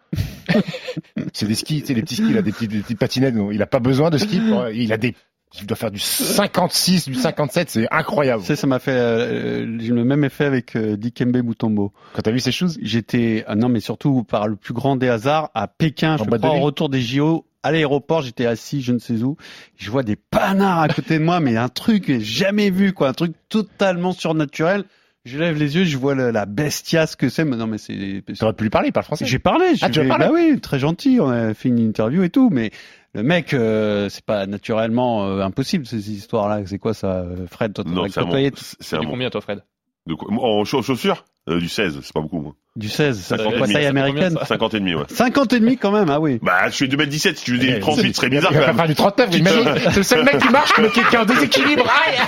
c'est des skis, tu sais, les petits skis, il a des petits, des petites patinettes. donc Il a pas besoin de skis. pour- Il a des, il doit faire du 56, du 57, c'est incroyable.
Tu sais, ça m'a fait euh, j'ai eu le même effet avec euh, Dikembe Mutombo.
Quand t'as vu ces choses,
J'étais, ah non mais surtout par le plus grand des hasards, à Pékin, je
En boîte de
crois, au
nuit
retour des JO, à l'aéroport, j'étais assis, je ne sais où, je vois des panards à côté de moi, mais un truc que j'ai jamais vu, quoi, un truc totalement surnaturel. Je lève les yeux, je vois le- la bestiasse que c'est, mais non mais c'est
t'aurais pu lui parler, il parle français.
J'ai parlé, j'ai
Ah, tu as
fait-
parlé
bah oui, très gentil, on a fait une interview et tout, mais le mec, euh, c'est pas naturellement euh, impossible ces histoires-là. C'est quoi ça, euh, Fred Toi,
Non,
t'aurais
c'est un
côtoyé
monde. C'est un
du
monde.
combien toi Fred
De quoi- En chauss- chaussures Euh, Du 16, c'est pas beaucoup. moi.
du 16, ça fait
50
quoi
minutes,
taille
ça fait combien,
Ah.
américaine
ça
50 et demi, ouais.
50 et demi quand même, ah oui.
Bah, je suis 2m17, si tu veux
Il
dire
va
38, c'est bizarre
Eh, il va pas
quand même.
faire du 39, mais imagine, c'est le seul mec qui marche, mais qui qui est en (laughs) déséquilibre. Aïe,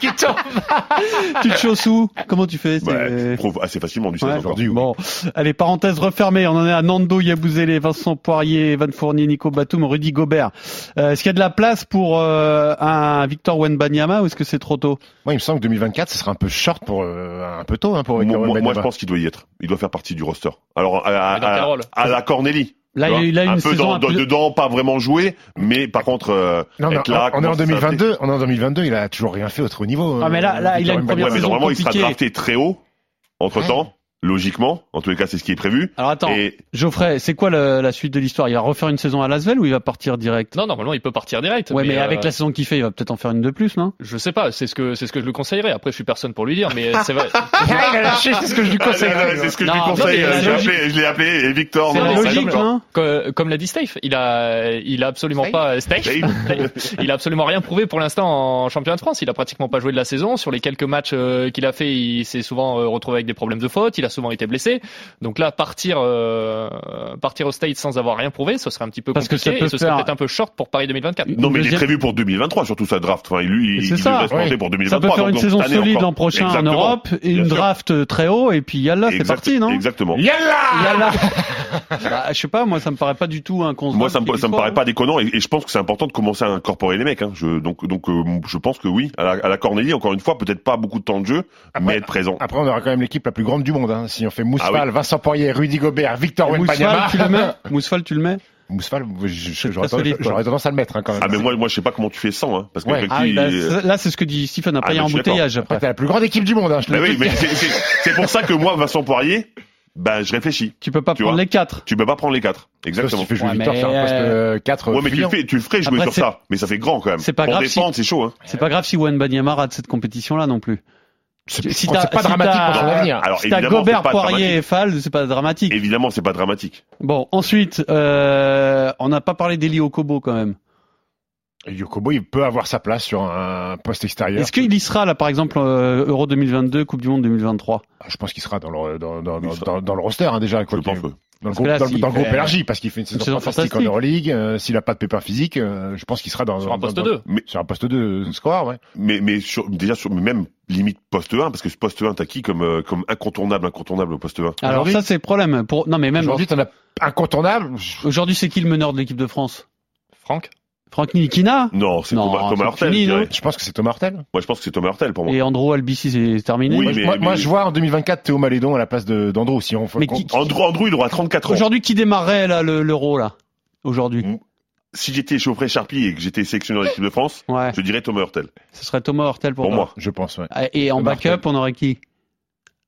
qui tombe.
tu te chausses où Comment tu fais c'est- euh,
Bah, tu trouves assez facilement du 16
Ouais.
encore.
Bon, allez, parenthèse refermée. On en est à Nando, Yabouzélé, Vincent Poirier, Van Fournier, Nico Batum, Rudy Gobert. Euh, est-ce qu'il y a de la place pour euh, un Victor Wenbanyama ou est-ce que c'est trop tôt
Moi, il me semble que 2024, ce sera un peu short pour, euh, un peu tôt, hein, pour
Moi,
Victor
moi- moi, je
Wembanyama.
pense qu'il doit y être. Il doit faire partie du roster. Alors, à, à-
Mais dans quel
à-
rôle
à la Corneli.
Là,
tu vois.
il, il a
un
une
peu
saison
dans-
à plus-
dedans, pas vraiment joué, mais par contre, euh,
Non, mais
être là,
on, on est en
commencer à s'adapter.
2022, on est en 2022, il a toujours rien fait au trop niveau. euh,
Ah, mais là- là, il a une
Victor Wembanyama.
Ouais,
première
mais
saison
normalement, il sera
compliquée.
drafté très haut, entre temps. logiquement. En tous les cas, c'est ce qui est prévu.
Alors attends,
Et-
Geoffrey, c'est quoi le- la suite de l'histoire Il va refaire une saison à Lasvel ou il va partir direct
Non, normalement, il peut partir direct.
Ouais, mais, avec
euh,
la saison qu'il fait, il va peut-être en faire une de plus,
(laughs)
non
Je sais pas, c'est ce que c'est ce que je lui conseillerais. Après, je suis personne pour lui dire, mais c'est vrai.
Ah, c'est ce que je lui
Ah, là, là, c'est ce que je lui
Non,
conseille.
non, mais
euh, je l'ai
logique.
appelé- je l'ai appelé, et Victor.
C'est
non,
la
non,
ça,
logique,
Victor.
non
Que- comme l'a dit Steve, il a il a absolument
Steve
pas Steve,
Steve.
Steve. (laughs) il a absolument rien prouvé pour l'instant en championnat de France. Il a pratiquement pas joué de la saison. Sur les quelques matchs euh, qu'il a fait, il s'est souvent euh, retrouvé avec des problèmes de faute. Il a souvent été blessé. Donc là, partir euh, partir au States sans avoir rien prouvé, ce serait un petit peu
Parce que
compliqué
ça peut
et ce serait
faire- Euh,
peut-être un peu short pour Paris 2024.
Non, mais il est
Deuxième-
prévu pour 2023, surtout sa draft. Enfin, lui, il,
C'est
il
ça,
devrait se
oui.
planter pour
Ça
2023.
peut faire
donc,
une
donc,
saison
cette année
solide
encore.
l'an prochain en
Exactement.
Europe et
Bien
une
sûr.
draft euh, très haut et puis yalla, c'est
Exact-
parti, non
Exactement.
Yalla (laughs) Bah, Je sais pas, moi ça me paraît pas du tout inconcevable.
Moi, ça me,
qu'il
ça me
soit,
paraît
hein.
pas déconnant et, et je pense que c'est important de commencer à incorporer les mecs. Hein. Je, donc, donc, euh, je pense que oui, à la, à la Corneille, encore une fois, peut-être pas beaucoup de temps de jeu, mais être présent.
Après, on aura quand même l'équipe la plus grande du monde. Hein. Si on fait Mousfal,
Ah
Vincent Poirier, Rudy Gobert, Victor
Et Moussfal,
Wembanyama.
tu le
(laughs)
mets Moussfal, tu le mets
Mousfal, je- je- j'aurais
très solide,
tendance-
quoi.
j'aurais tendance à le mettre hein, quand même.
Ah, mais moi, moi, je sais pas comment tu fais sans, hein, parce que
Ouais.
Greg,
Ah oui,
il-
bah, c'est- là c'est ce que dit Stephen,
Ah,
après il y a
mais
un
je suis
embouteillage
Après,
après.
t'as la plus grande équipe du monde. Hein, je te
Bah
le
oui,
dis.
mais c'est- c'est c'est pour ça que moi, Vincent Poirier, ben, je réfléchis.
Tu peux pas
Tu
prendre
vois.
les quatre.
Tu peux pas prendre les quatre.
Sauf si
Exactement.
tu fais jouer
Ouais,
Victor
mais,
sur un poste
euh,
4
Ouais, mais tu le fais, tu le ferais jouer
Après,
sur
c'est-
ça. Mais ça fait grand, quand même.
c'est pas
Pour
grave
défendre, c'est chaud, hein.
C'est pas grave si Wembanyama rate cette compétition-là non plus.
C'est
si
c'est
t'as-
pas
si
dramatique
t'as-
pour son avenir.
Alors,
Ah, si t'as
évidemment, c'est
Gobert,
pas
Poirier
dramatique.
et Fall, c'est pas dramatique.
Évidemment, c'est pas dramatique.
Bon, ensuite, euh, on n'a pas parlé d'Eli Okobo quand même.
Yokobo, il peut avoir sa place sur un poste extérieur.
Est-ce qu'il y sera là, par exemple, euh, Euro 2022, Coupe du Monde 2023
Ah, Je pense qu'il sera dans le, dans, dans,
Il
dans,
sera-
dans- dans le roster hein, déjà. quoi
Je
qu'il-
pense que.
Dans le
que
groupe,
là,
dans, le-
s'il
dans le
fait-
groupe élargie, parce qu'il fait une saison,
une saison
fantastique,
fantastique.
en Euroleague. euh, S'il a pas de pépin physique, euh, je pense qu'il sera dans
Sur un poste
bah,
dans-
2.
Sur un poste 2 score, ouais.
Mais, mais sur, déjà, sur, même limite poste 1, parce que ce poste 1, t'as qui comme, euh, comme incontournable, incontournable au poste 1
Alors
Aujourd'hui-
ça c'est le problème pour non mais même
Aujourd'hui, t'en as incontournable. je-
aujourd'hui c'est qui le meneur de l'équipe de France
Franck,
Franck Nikina
Non, c'est
Non,
Thomas, Thomas
c'est
Hurtel, je
fini,
dirais.
Je pense que c'est Thomas Hortel.
Moi, je pense que c'est Thomas Hurtel pour moi.
et Andro Albici c'est terminé.
Oui,
moi, je-
mais-
moi, moi,
mais-
je vois en 2024 Théo Malédon à la place de- d'Andro. Si on
Mais
qu'on-
qui-
Andrew, Andrew, il aura 34 ans.
Aujourd'hui qui démarrait là le- l'euro là aujourd'hui
Si j'étais Geoffrey Charpie et que j'étais sélectionneur de l'équipe de France,
Ouais,
je dirais Thomas Hurtel.
ce serait Thomas Hortel pour,
Mm. Pour moi.
je pense, ouais.
toi. Et en
Thomas
backup
Hurtel.
on aurait qui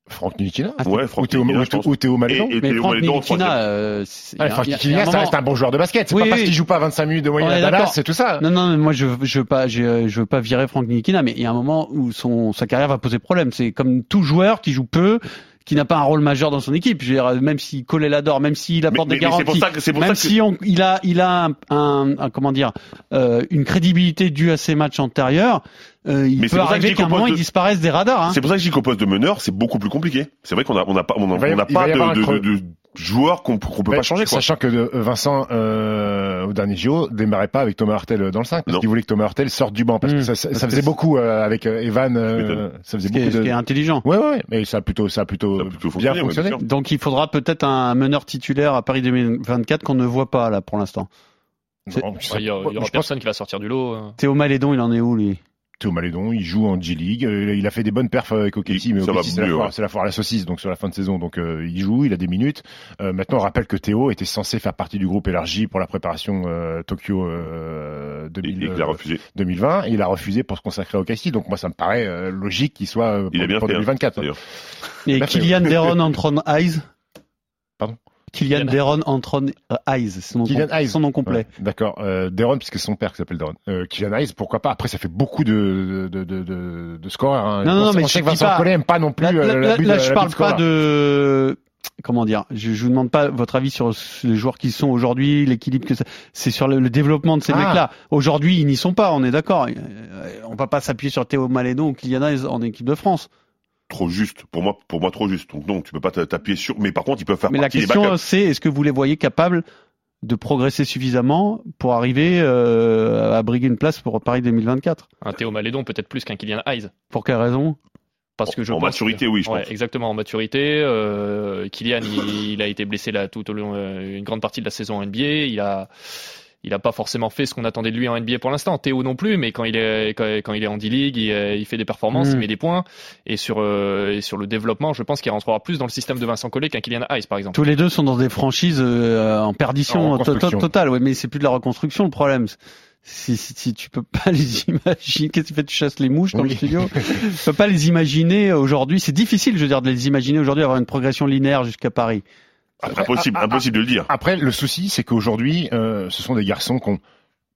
Franck Nikina.
Ah,
Ouais,
Ou
Franck
Théo,
Nikina,
ou-
je pense.
ou Théo
Et,
Malédon.
et
Mais
Théo
Franck
Malédon en troisième.
Nikina euh, c'est-
Ouais,
il y a-
Franck
il y a-
Nikina,
il y a un
ça
moment-
reste un bon joueur de basket. C'est
Oui,
pas parce
oui.
qu'il joue pas 25 minutes de moyenne
est
à
d'accord.
Dallas, c'est tout ça.
Non non mais moi je je veux pas je, je veux pas virer Franck Nikina mais il y a un moment où son sa carrière va poser problème, c'est comme tout joueur qui joue peu qui n'a pas un rôle majeur dans son équipe, Je veux dire, même s'il collait la dore, même s'il
Mais,
apporte
mais-
des
mais
garanties,
c'est pour ça que, c'est pour ça
Même
que,
si on, il a, il a un, un- un- comment dire, euh, une crédibilité due à ses matchs antérieurs, euh, il
Mais c'est
peut
pour ça que je
arriver
dis
qu'à un
qu'on
moment
pose
il
de-
disparaisse des radars. Hein.
c'est pour ça que je dis qu'au poste de meneur, c'est beaucoup plus compliqué. C'est vrai qu'on a, on a pas, on a,
Il va y-
on a
il va
pas
y
de,
avoir un
de,
creux.
de- de joueurs qu'on, qu'on peut
Ben,
pas changer, quoi.
Sachant que euh, Vincent, euh, au dernier JO, démarrait pas avec Thomas Hurtel dans le 5, parce
Non.
qu'il voulait que Thomas Hurtel sorte du banc, parce
Mm,
que ça, ça-
parce
ça
que
faisait
c'est-
beaucoup euh, avec euh, Evan, euh,
Tu m'étonnes.
ça faisait
ce, qui est,
beaucoup
ce qui est
de...
intelligent.
Ouais, ouais, mais ça a plutôt, ça a plutôt,
Ça a plutôt
bien
fonctionné, ouais,
fonctionné.
bien sûr.
Donc il faudra peut-être un meneur titulaire à Paris 2024 qu'on ne voit pas là pour l'instant. C'est-
Non, je
Ouais, il y, a- il y aura
je pense
personne qui va sortir du lot. euh.
Théo Malédon, il en est où lui
que Théo Malédon, il joue en G-League, euh, il a fait des bonnes perfs avec OKC,
Il-
mais
ça va
OKC, c'est la,
mieux,
foire-
ouais.
c'est la foire à la saucisse, donc sur la fin de saison, donc euh, il joue, il a des minutes. Euh, maintenant, on rappelle que Théo était censé faire partie du groupe élargi pour la préparation euh, Tokyo euh,
Et, et
2000,
il a refusé.
2020 et il a refusé pour se consacrer au Cassis. Donc moi, ça me paraît euh, logique qu'il soit euh,
Il a
pour,
bien
pour
fait, hein,
2024.
d'ailleurs.
Et
Tout à fait,
Kylian Deron Antron Eyes.
Pardon
Kylian Deron Antron Eyes, c'est son, nom
Kylian
com-
Hayes.
son nom complet.
Ouais, D'accord. Euh, Deron, puisque c'est son père qui s'appelle Deron. Euh, Kylian Hayes, pourquoi pas Après, ça fait beaucoup de, de, de, de, de scores. hein.
Non,
On
non,
sait-
mais
on sait
je
que
dis
Vincent
pas-
Collet aime pas non plus
Là,
euh,
là,
la
là,
but-
là,
la
je
but
parle
score,
pas
là.
de comment dire. Je, je vous demande pas votre avis sur les joueurs qui sont aujourd'hui, l'équilibre que ça. C'est sur le, le développement de ces
Ah.
mecs-là. Aujourd'hui, ils n'y sont pas. On est d'accord. Euh, On va pas s'appuyer sur Théo Malédon ou Kylian Hayes en équipe de France.
Trop juste. Pour moi, pour moi, trop juste. Donc non, tu peux pas t'appuyer sur, mais par contre, ils peuvent faire
Mais la
partie des
question,
backups.
c'est est-ce que vous les voyez capables de progresser suffisamment pour arriver euh, à briguer une place pour Paris 2024
Un Théo Malédon peut-être plus qu'un Kylian Hayes.
Pour quelle raison
Parce que je
En
pense
maturité,
que-
oui, je
Ouais,
pense.
Exactement, en maturité. euh, Kylian, il, il a été blessé là tout au long, euh, une grande partie de la saison en NBA. Il a, il n'a pas forcément fait ce qu'on attendait de lui en NBA pour l'instant. Théo non plus, mais quand il est quand, quand il est en D-League, il, il, fait des performances, mmh. il met des points. Et sur euh, et sur le développement, je pense qu'il rentrera plus dans le système de Vincent Collet qu'un Kylian Hayes, par exemple.
Tous les deux sont dans des franchises euh, en perdition
En
to- to-
reconstruction.
totale. Ouais, mais c'est plus de la reconstruction le problème. Si, si, si tu peux pas (laughs) les imaginer, qu'est-ce que tu fais Tu chasses les mouches dans le
Oui. (laughs)
studio Tu peux pas les imaginer aujourd'hui. C'est difficile, je veux dire, de les imaginer aujourd'hui avoir une progression linéaire jusqu'à Paris.
Après,
Ah,
impossible, impossible de le dire.
Après, le souci, c'est qu'aujourd'hui, euh, ce sont des garçons qu'on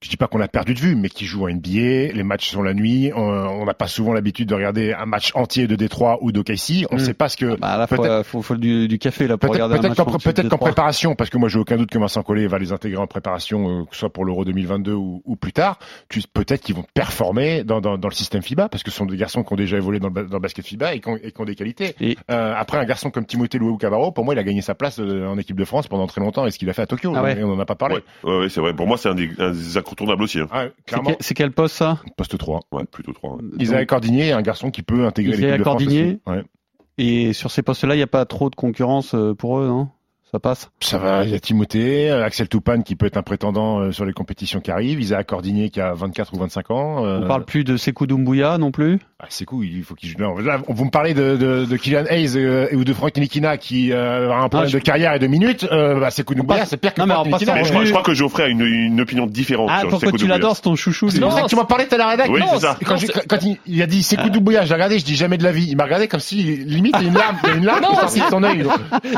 je dis pas qu'on a perdu de vue, mais qui jouent en NBA, les matchs sont la nuit, on- on n'a pas souvent l'habitude de regarder un match entier de Détroit ou d'OKC, on
Mm.
ne sait pas ce que...
Bah là, faut,
Peut-être-
euh, faut, faut du, du café là pour
Peut-être
regarder un
peut-être
match
qu'en
en
peut-être
type
qu'en
2-3.
préparation, parce que moi j'ai aucun doute que Vincent Collet va les intégrer en préparation, euh, que ce soit pour l'Euro 2022 ou, ou plus tard, tu- peut-être qu'ils vont performer dans, dans, dans le système FIBA, parce que ce sont des garçons qui ont déjà évolué dans le, ba- dans le basket FIBA et qui ont, et qui ont des qualités.
Et-
Euh, après, un garçon comme Timothée Loué Cabarro, pour moi, il a gagné sa place euh, en équipe de France pendant très longtemps et ce qu'il a fait à Tokyo,
Ah ouais.
et on n'en a pas parlé.
Ouais, ouais, ouais, c'est vrai. Pour moi, c'est un des, un des incontournables aussi. hein.
Ah,
C'est
clairement,
quel- C'est quel poste ça
poste 3.
Ouais, plutôt trois. hein. ouais.
Isaiah Cordigny est un garçon qui peut intégrer
Isaiah
l'équipe de France.
Cordigny.
aussi. Ouais.
Et sur ces postes-là, il n'y a pas trop de concurrence euh, pour eux, non Ça passe
Ça va, il y a Timothée, euh, Axel Toupane qui peut être un prétendant euh, sur les compétitions qui arrivent, Isaiah Cordigny qui a 24 ou 25 ans. euh,
On parle plus de Sekou Doumbouya non plus
Ah, c'est cool, il faut qu'il joue. Non, là, vous me parlez de, de, de Kylian Hayes euh, ou de Frank Nikina qui euh, a un problème
Ah, je-
de carrière et de minutes. Euh, bah, c'est Koudou Boya,
passe-
c'est pire que
Non, mais
Frank
en passant,
Nikina.
Mais je crois,
lui-
je crois que Geoffrey a une, une opinion
Oh,
différente
Ah,
sur
pourquoi
Sekou
tu
Doumbouya.
l'adores, c'est ton chouchou
C'est
lui.
pour ça que tu m'en parlais tout à la rédac.
Oui,
non,
c'est ça.
quand, j'ai- quand il, il a dit
Ah.
c'est Koudou Boya, j'ai regardé, je dis jamais de la vie. Il m'a regardé comme si limite il y a une larme, il y a une larme qui est sortie de son œil. donc.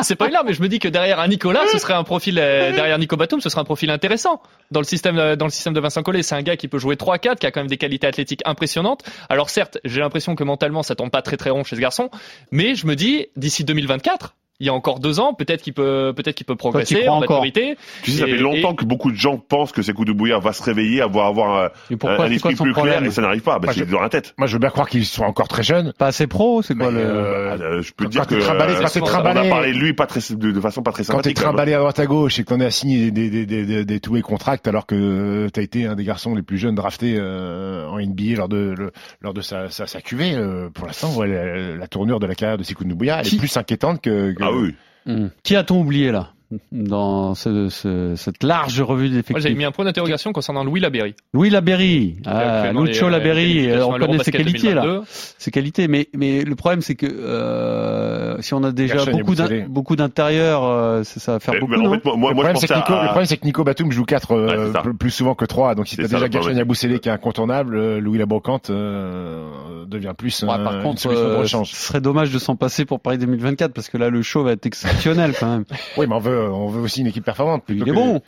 C'est pas une larme, mais je me dis que derrière un Nicolas, ce serait un profil euh, derrière Nico Batum, ce serait un profil intéressant dans le système euh, dans le système de Vincent Collet. C'est un gars qui peut jouer 3-4, qui a quand même des qualités athlétiques impressionnantes. Alors certes, j'ai l'impression que mentalement ça tombe pas très très rond chez ce garçon, mais je me dis d'ici 2024. Il y a encore deux ans, peut-être qu'il peut, peut-être qu'il peut progresser
crois
en
encore.
maturité.
Tu sais, ça
Et-
fait longtemps que beaucoup de gens pensent que Sekou Doumbouya va se réveiller, avoir, avoir un,
Et pourquoi
Euh,
un
c'est quoi
esprit
son
plus clair
problème
et ça n'arrive pas. Bah,
Moi,
c'est
je-
dans la tête.
Moi je veux bien croire qu'il soit encore très jeune.
Pas assez pro, c'est quoi
mais,
le
euh,
Euh, je peux
quand
dire que
t'es trimballé,
euh,
quand t'es
on
trimballé.
a parlé de lui pas très, de, de façon pas très
Quand t'es
sympathique. quand même.
trimballé à droite à gauche et qu'on est à signer des, des, des, des, des tous les contracts alors que euh, t'as été un des garçons les plus jeunes draftés euh, en NBA lors de le- lors de sa sa, sa cuvée, euh, pour l'instant ouais, la, la tournure de la carrière de Sekou Doumbouya elle
Qui-
est plus inquiétante que, que-
Ah oui.
Hmm. Qui a-t-on oublié là dans ce- ce- cette large revue
Moi, j'avais
d'effectifs
mis un point d'interrogation concernant Louis Laberry.
Louis Laberry, ah, Lucio Laberry, euh, on connaît ses qualités là. ses qualités, mais mais le problème c'est que euh, si on a déjà
Gershon, il y a
beaucoup d'in-
Bousselé.
beaucoup d'intérieur, euh, ça, ça va faire
Mais-
beaucoup.
mais en
non
fait, moi, moi,
le,
moi, je
problème, c'est
pensais
que Nico, le
à,
problème, c'est que Nico Batum joue 4
Ouais, c'est ça.
plus souvent que 3 donc si
C'est
t'as
ça,
déjà
le problème.
Gershon Yabusele qui est incontournable euh, Louis Labrocante euh, devient plus
Ouais,
un-
par
une
contre,
solution
euh,
pour le
ce
change
serait dommage de s'en passer pour Paris 2024 parce que là le show va être exceptionnel quand même.
oui mais on veut on veut aussi une équipe performante
Il
plutôt
est
que-
bon.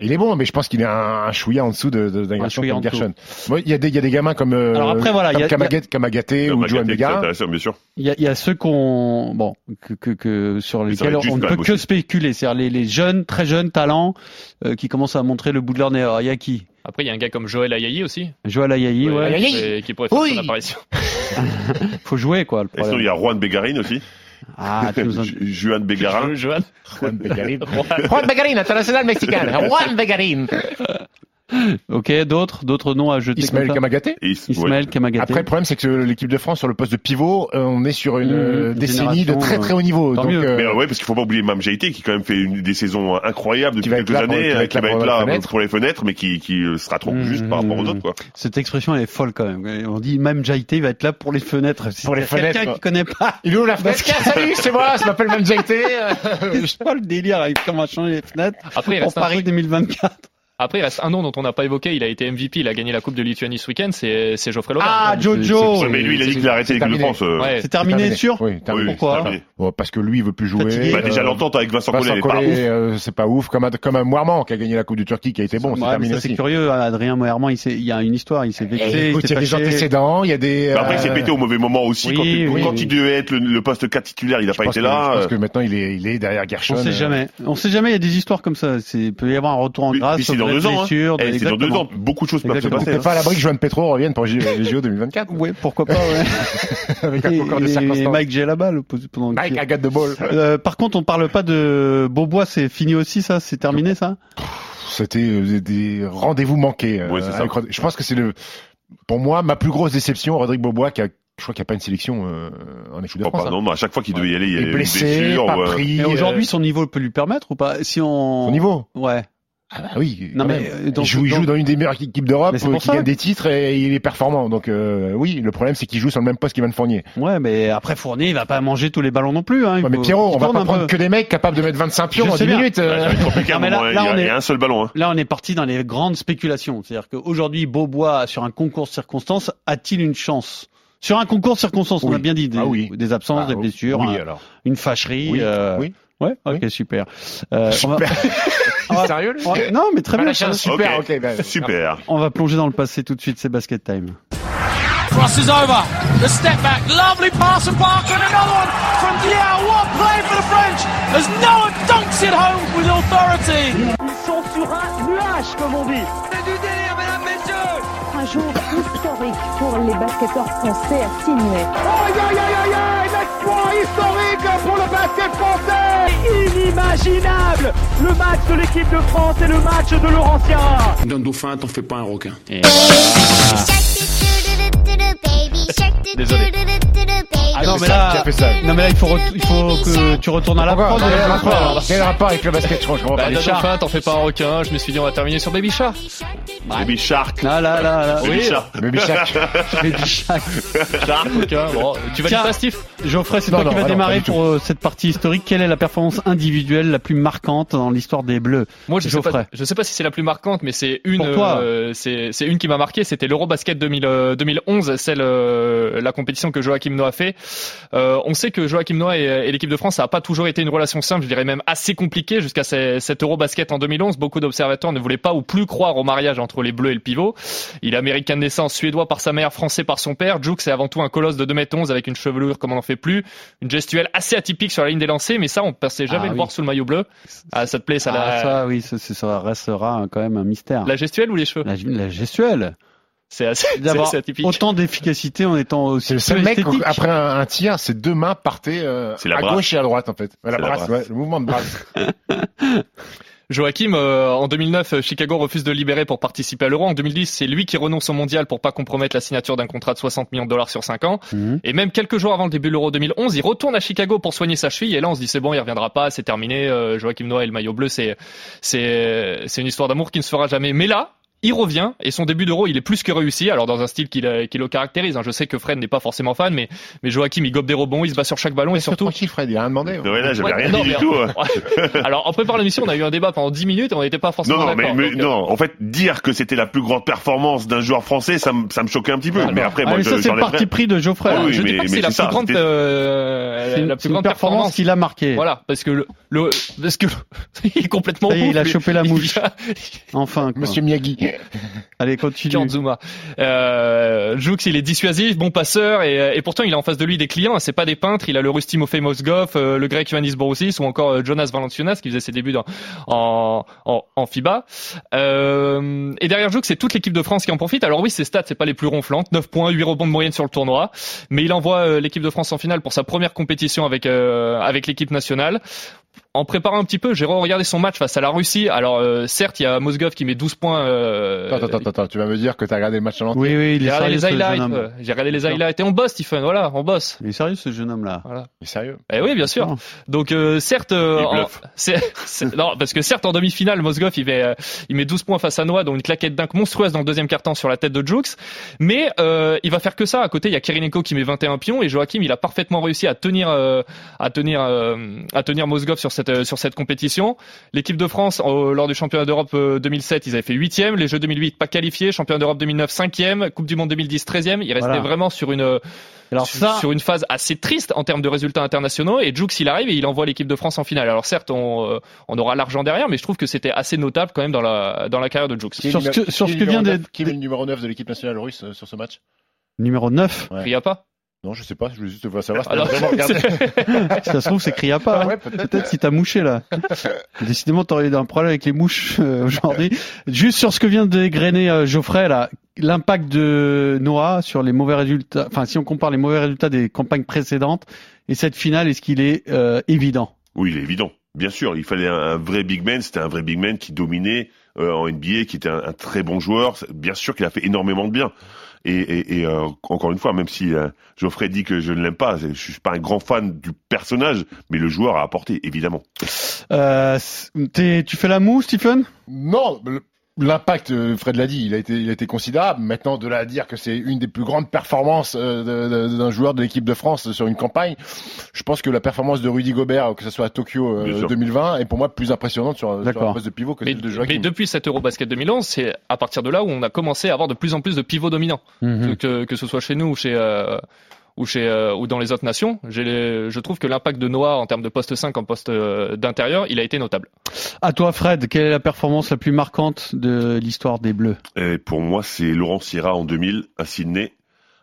Il est bon, mais je pense qu'il est un, un chouïa en dessous de, de, d'un
Un
garçon
chouïa
comme
en dessous.
Gershon. Moi, il y a des, il y a des gamins comme, euh,
Alors après, voilà, il y
comme
a-
Kamagate- Kamagate
à
ou Joan
Magate, qui est
Vega.
intéressant, bien sûr.
Il y a, il y a ceux qu'on bon que, que, que sur
Mais ça va
lesquels
être juste
on ne
quand
peut
même
que
aussi.
spéculer, c'est-à-dire les, les jeunes très jeunes talents euh, qui commencent à montrer le bout de leur nez. Alors, il y a qui
Après, il y a un gars comme Joël Ayayi aussi,
Joël Ayayi, ouais.
Ayayi.
et- qui pourrait faire
Oui.
son apparition. (laughs)
Faut jouer quoi le
Et sinon, il
problème.
y a Juan Bégarine aussi.
Ah, tu nous en-
(laughs) Ju- Juan Bégarin.
Johan.
Juan
(laughs)
Begarin.
Juan Begarin, international mexicain. Juan Begarin.
ok, d'autres d'autres noms à jeter.
Ismaël
comme ça
Kamagate.
Et il- ouais.
Ismaël Kamagaté.
Après, le problème, c'est que l'équipe de France, sur le poste de pivot, euh, on est sur une
Mhm.
euh, décennie de
Génération,
très très haut niveau.
tant
Donc,
mieux.
euh,
Mais euh, ouais, parce qu'il faut pas oublier Mam Jaïté qui quand même fait une, des saisons euh, incroyables depuis
Qui va être
quelques
là pour-
années,
qui va
euh,
être
qui
là
va
pour
être
la
là
fenêtre.
pour les fenêtres, mais qui, qui euh, sera trop
Mmh,
juste par rapport aux
mmh,
autres, quoi.
Cette expression elle est folle quand même. On dit même Jaïté va être là pour les fenêtres. Si
Pour les
t'as
fenêtres,
Quelqu'un
quoi.
qui connaît pas. (laughs)
il est où la fenêtre Tiens, Salut, c'est moi, je m'appelle Van Jaité.
C'est pas le délire avec comment changer les fenêtres
Après, il
pour
reste un
Paris 2024.
Après, il reste un nom dont on n'a pas évoqué. Il a été MVP, il a gagné la Coupe de Lituanie ce week-end. C'est c'est Geoffrey Logan.
Ah
Jojo
Jojo.
Ouais, mais lui, il a dit
c'est-
qu'il a arrêté
c'est
l'équipe de
terminé.
France. euh,
Ouais.
C'est terminé sûr.
Oui,
oui,
terminé.
oui,
Pourquoi
c'est terminé.
Bon, parce que lui, il veut plus jouer.
Fatigué.
Bah, déjà
Euh,
l'entente avec Vincent Collet,
Vincent
elle est pas
Collet,
ouf.
euh, c'est pas ouf. Comme un, comme un Moirman qui a gagné la Coupe du Turquie, qui a été bon, c'est
Ouais, mais
terminé
ça, c'est
aussi. Eh,
curieux. hein. Adrien Moerman, il, s'est- il y a une histoire. Il s'est vexé.
Écoute,
il
il y
s'est
a des
fâché.
antécédents, il y a des.
Bah, après, il s'est
euh,
pété au mauvais moment aussi.
oui,
quand il,
oui,
quand
oui.
il devait être le, le poste 4 titulaire, il n'a
Je
pas
pense
été
que-
là.
Je pense
euh,
que maintenant il est, il est derrière Gershon.
On sait
euh,
jamais. On sait jamais. Il y a des histoires comme ça. C'est- Il peut y avoir un retour en
puis-
grâce.
puis c'est
sur
dans
des
deux ans. hein.
blessures,
Eh,
des-
C'est dans deux
exactement.
ans. Beaucoup de choses peuvent se
Exactement.
passer.
C'est
hein.
pas à l'abri que Joan Petro revienne pour J- les
(laughs)
JO 2024
Ouais, pourquoi pas. Ouais.
avec un concours de
et, et
circonstances.
Mike Gelaba, le pendant
Mike Agathe de Ball.
Euh, par contre, on parle pas de Beaubois, c'est fini aussi ça, c'est terminé ça
C'était euh, des- des rendez-vous manqués. euh,
Ouais, c'est ça.
avec Rod- Je pense que c'est le, pour moi, ma plus grosse déception, Rodrigue Bobois, qui a, je crois qu'il n'y a pas une sélection euh, en équipe de
Oh,
France.
bah,
hein.
non, mais à chaque fois qu'il devait y aller, il y
Il
avait
est
une
blessé,
blessure.
pas
ou, euh,
pris.
Et aujourd'hui,
euh,
son niveau peut lui permettre ou pas Si on
son niveau.
ouais,
Ah bah oui,
Non,
quand
mais,
même.
euh, dans-
il joue, il
dans-
joue dans une des meilleures équipes d'Europe,
Mais c'est pour
euh, qui
ça.
gagne des titres et il est performant. Donc euh, oui, le problème c'est qu'il joue sur le même poste qu'Ivan Fournier.
Ouais, mais après Fournier, il va pas manger tous les ballons non plus. Hein. Il
Ouais, mais
faut-
Pierrot,
il
on va
tourne
pas
un
prendre
peu.
que des mecs capables de mettre 25 pions
Je
en
sais
10
bien.
minutes. euh.
Ça va être compliqué, à un
Non, Ah, mais
moment,
là-
il y
là,
a-
on
il y
est-
a un seul ballon. hein.
Là, on est parti dans les grandes spéculations. C'est-à-dire qu'aujourd'hui, Beaubois, sur un concours de circonstances, a-t-il une chance Sur un concours de circonstances, on
Oui.
a bien dit des,
Ah oui.
des absences,
Ah,
des blessures,
Oui,
un-
alors.
une fâcherie.
Oui,
euh,
oui.
Ouais, ok, super. Euh, on va- on va-
Ah, Sérieux lui
on va- non, mais très
Pas
bien.
lâché un super, ok. bah,
Super.
On va plonger dans le passé tout de suite, c'est Basket Time.
Crosses over. The step back. Lovely pass from Parker and another one from Diao. What play for the French as Noah dunks it home with authority.
Un jour historique pour les basketteurs français à Sydney.
Désolé.
Ah
non,
c'est
mais
ça
là-
qui a fait ça.
Non mais là il faut, re- il faut que tu retournes à la prod.
Pourquoi Quel
euh,
rapport Quel rapport avec le basket, je comprends
Bah,
pas.
la
Les chars.
dauphin, t'en fais pas un requin. Je me suis dit, on va terminer sur Baby Shark.
Baby Shark.
Ah là là là.
Baby
Oui.
Shark.
Baby Shark.
J'ai dit chaque-
Shark, requin. hein. Bon, tu vas
Tiens.
dire pas, Steve
Geoffrey, c'est
Non,
toi
non,
qui vas
bah non,
démarrer
pas du
pour euh, cette partie historique. Quelle est la performance individuelle la plus marquante dans l'histoire des Bleus
Moi, je sais
Geoffrey.
pas, je sais pas si c'est la plus marquante, mais c'est une,
Pour toi.
euh, c'est c'est une qui m'a marqué. C'était l'Eurobasket 2000, euh, 2011, celle euh, la compétition que Joachim Noah fait. Euh, on sait que Joachim Noah et, et l'équipe de France, ça a pas toujours été une relation simple. Je dirais même assez compliquée jusqu'à ce- cet Eurobasket en 2011. Beaucoup d'observateurs ne voulaient pas ou plus croire au mariage entre les Bleus et le pivot. Il est américain de naissance, suédois par sa mère, français par son père. Jukes est avant tout un colosse de 2m11 avec une chevelure comme on n'en fait plus, une gestuelle assez atypique sur la ligne des lancers, mais ça on passait jamais
Ah
le
oui.
voir sous le maillot bleu. Ah, ça te plaît, ça
ah,
la-
ça, oui, ça, ça- ça restera hein, quand même un mystère.
la gestuelle ou les cheveux
La, la gestuelle.
C'est assez, c'est
D'avoir
assez atypique.
autant d'efficacité en étant aussi
C'est
(laughs)
le seul
peu
mec,
esthétique.
après un, un tir, ses deux mains partaient euh,
C'est la
à
brasse.
gauche et à droite en fait. Ouais, La
C'est la
brasse,
brasse.
ouais, le mouvement de brasse.
Joachim, euh, en 2009, euh, Chicago refuse de le libérer pour participer à l'Euro. En 2010, c'est lui qui renonce au mondial pour pas compromettre la signature d'un contrat de 60 millions de dollars sur 5 ans.
Mhm.
Et même quelques jours avant le début de l'Euro 2011, il retourne à Chicago pour soigner sa cheville. Et là, on se dit c'est bon, il reviendra pas, c'est terminé. euh, Joachim Noah et le maillot bleu, c'est c'est c'est une histoire d'amour qui ne se fera jamais. Mais là. Il revient et son début d'euro, il est plus que réussi. Alors dans un style qui le, qui le caractérise. hein. Je sais que Fred n'est pas forcément fan, mais mais Joachim, il gobe des rebonds, il se bat sur chaque ballon et
Surtout
surtout,
tranquille Fred, il a rien demandé.
Non, mais là, j'avais
Ouais,
rien
non,
dit
mais-
du tout. hein.
Alors, en préparant l'émission, on a eu un débat pendant 10 minutes et on n'était pas
Non,
forcément
non, mais,
d'accord.
mais-
Donc, euh,
non. En fait, dire que c'était la plus grande performance d'un joueur français, ça me, ça me choquait un petit peu. mais après,
Ah,
moi,
mais
je-
ça, c'est
j'en
le
ai
parti
rien.
pris de Geoffrey.
Ah oui,
euh, je dis
mais-
pas que c'est
mais
la,
c'est ça,
plus grande,
c'était-
euh,
C'est une,
la
c'est
plus
une
grande
performance
performance.
qu'il a marquée.
Voilà, parce que le, le- (laughs) parce que il est complètement
Ça y est,
ouf,
il a
lui.
chopé la
Il
mouche.
a-
Enfin, quoi.
Monsieur Miyagi.
(laughs) Allez, continue.
Kanzuma. Euh, Joux, il est dissuasif, bon passeur, et, et pourtant il a en face de lui des clients. hein, C'est pas des peintres. Il a le russe Timofey Mozgov, euh, le grec Ioannis Borousis ou encore euh, Jonas Valanciunas qui faisait ses débuts dans, en, en, en FIBA. Euh, et derrière Joux, c'est toute l'équipe de France qui en profite. Alors oui, ses stats, c'est pas les plus ronflantes, 9 points, 8 rebonds de moyenne sur le tournoi, mais il envoie euh, l'équipe de France en finale pour sa première compétition avec euh, avec l'équipe nationale. En préparant un petit peu, j'ai regardé son match face à la Russie. Alors euh, certes, il y a Mozgov qui met 12 points. euh,
Attends, attends, attends, tu vas me dire que t'as regardé le match en entier.
Oui, oui, il
j'ai
est
regardé
sérieux
les
ce jeune
highlights. euh,
homme.
J'ai regardé les highlights. Et on bosse, Stephen. Voilà, on bosse.
Il est sérieux ce jeune homme-là.
Mais sérieux.
Eh oui, bien sûr. Donc euh, certes, euh,
Il
en-
bluffe.
(laughs) c'est- c'est- non, parce que certes en demi-finale, Mozgov il met euh, il met 12 points face à Noah, dont une claquette dingue monstrueuse dans le deuxième quart-temps sur la tête de Jukes. Mais euh, il va faire que ça. À côté, il y a Kirilenko qui met 21 pions et Joachim il a parfaitement réussi à tenir euh, à tenir euh, à tenir Mozgov sur cette euh, sur cette compétition. L'équipe de France euh, lors du championnat d'Europe euh, 2007, ils avaient fait 8e, les Jeux 2008 pas qualifiés, championnat d'Europe 2009 5e, Coupe du Monde 2010 13e. Il restait
Voilà.
vraiment sur une euh,
Alors
sur,
ça,
sur une phase assez triste en termes de résultats internationaux et Jukes il arrive et il envoie l'équipe de France en finale. Alors certes on, euh, on aura l'argent derrière mais je trouve que c'était assez notable quand même dans la, dans la carrière de Jukes.
Qui est
Sur
le
ce
numéro-
que- sur
qui est
ce
le
que vient
numéro
d'être-
9 Qui est le numéro 9 de l'équipe nationale russe euh, sur ce match
numéro 9,
Ria pas
Non, je sais pas, Ah, je voulais juste te savoir si t'avais
Alors,
vraiment regardé.
(laughs)
si ça se trouve, c'est Kriapa. hein.
Ouais, peut-être.
Peut-être si t'as mouché
(laughs)
là. Décidément, t'aurais eu un problème avec les mouches euh, aujourd'hui. Juste sur ce que vient de dégrainer euh, Geoffrey là, l'impact de Noah sur les mauvais résultats. Enfin, si on compare les mauvais résultats des campagnes précédentes et cette finale, est-ce qu'il est euh, évident
Oui, il est évident. Bien sûr, il fallait un, un vrai big man. C'était un vrai big man qui dominait euh, en NBA, qui était un, un très bon joueur. Bien sûr qu'il a fait énormément de bien. Et, et, et euh, encore une fois, même si euh, Geoffrey dit que je ne l'aime pas, je suis pas un grand fan du personnage, mais le joueur a apporté, évidemment.
Euh, t'es- tu fais la moue, Stephen
Non, le- l'impact, euh, Fred l'a dit, il a été, il a été considérable. Maintenant, de là à dire que c'est une des plus grandes performances euh, de- de- d'un joueur de l'équipe de France sur une campagne, je pense que la performance de Rudy Gobert, que ce soit à Tokyo euh,
Bien sûr.
2020, est pour moi plus impressionnante sur, sur
D'accord.
la poste de pivot que
Mais,
celle de
mais
Joachim.
depuis cet Eurobasket 2011, c'est à partir de là où on a commencé à avoir de plus en plus de pivots dominants,
Mhm.
que, que ce soit chez nous ou chez euh, ou chez euh, ou dans les autres nations. J'ai les- je trouve que l'impact de Noah en termes de poste 5 en poste euh, d'intérieur, il a été notable.
À toi, Fred, quelle est la performance la plus marquante de l'histoire des Bleus
Et pour moi, c'est Laurent Sierra en 2000 à Sydney.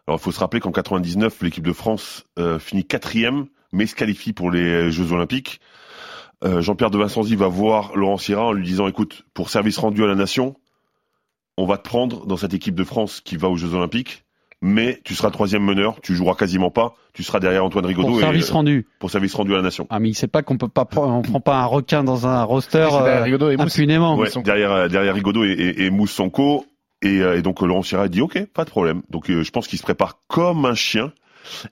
Alors, il faut se rappeler qu'en 99, l'équipe de France euh, finit quatrième, mais se qualifie pour les Jeux Olympiques. Euh, Jean-Pierre de Vincenzi va voir Laurent Sierra en lui disant, écoute, pour service rendu à la nation, on va te prendre dans cette équipe de France qui va aux Jeux Olympiques, mais tu seras troisième meneur, tu joueras quasiment pas, tu seras derrière Antoine Rigaudot
Pour
et,
service
euh,
rendu.
pour service rendu à la nation.
Ah, mais il sait pas qu'on peut pas prendre, on prend pas un requin dans un roster
C'est derrière
euh,
Rigaudot et Mousse.
impunément.
Ouais,
Mousson.
derrière, euh, derrière Rigaudot et, et, et Mousse Sonko. Et, euh, et donc euh, Laurent Sierra dit ok, pas de problème. Donc euh, je pense qu'il se prépare comme un chien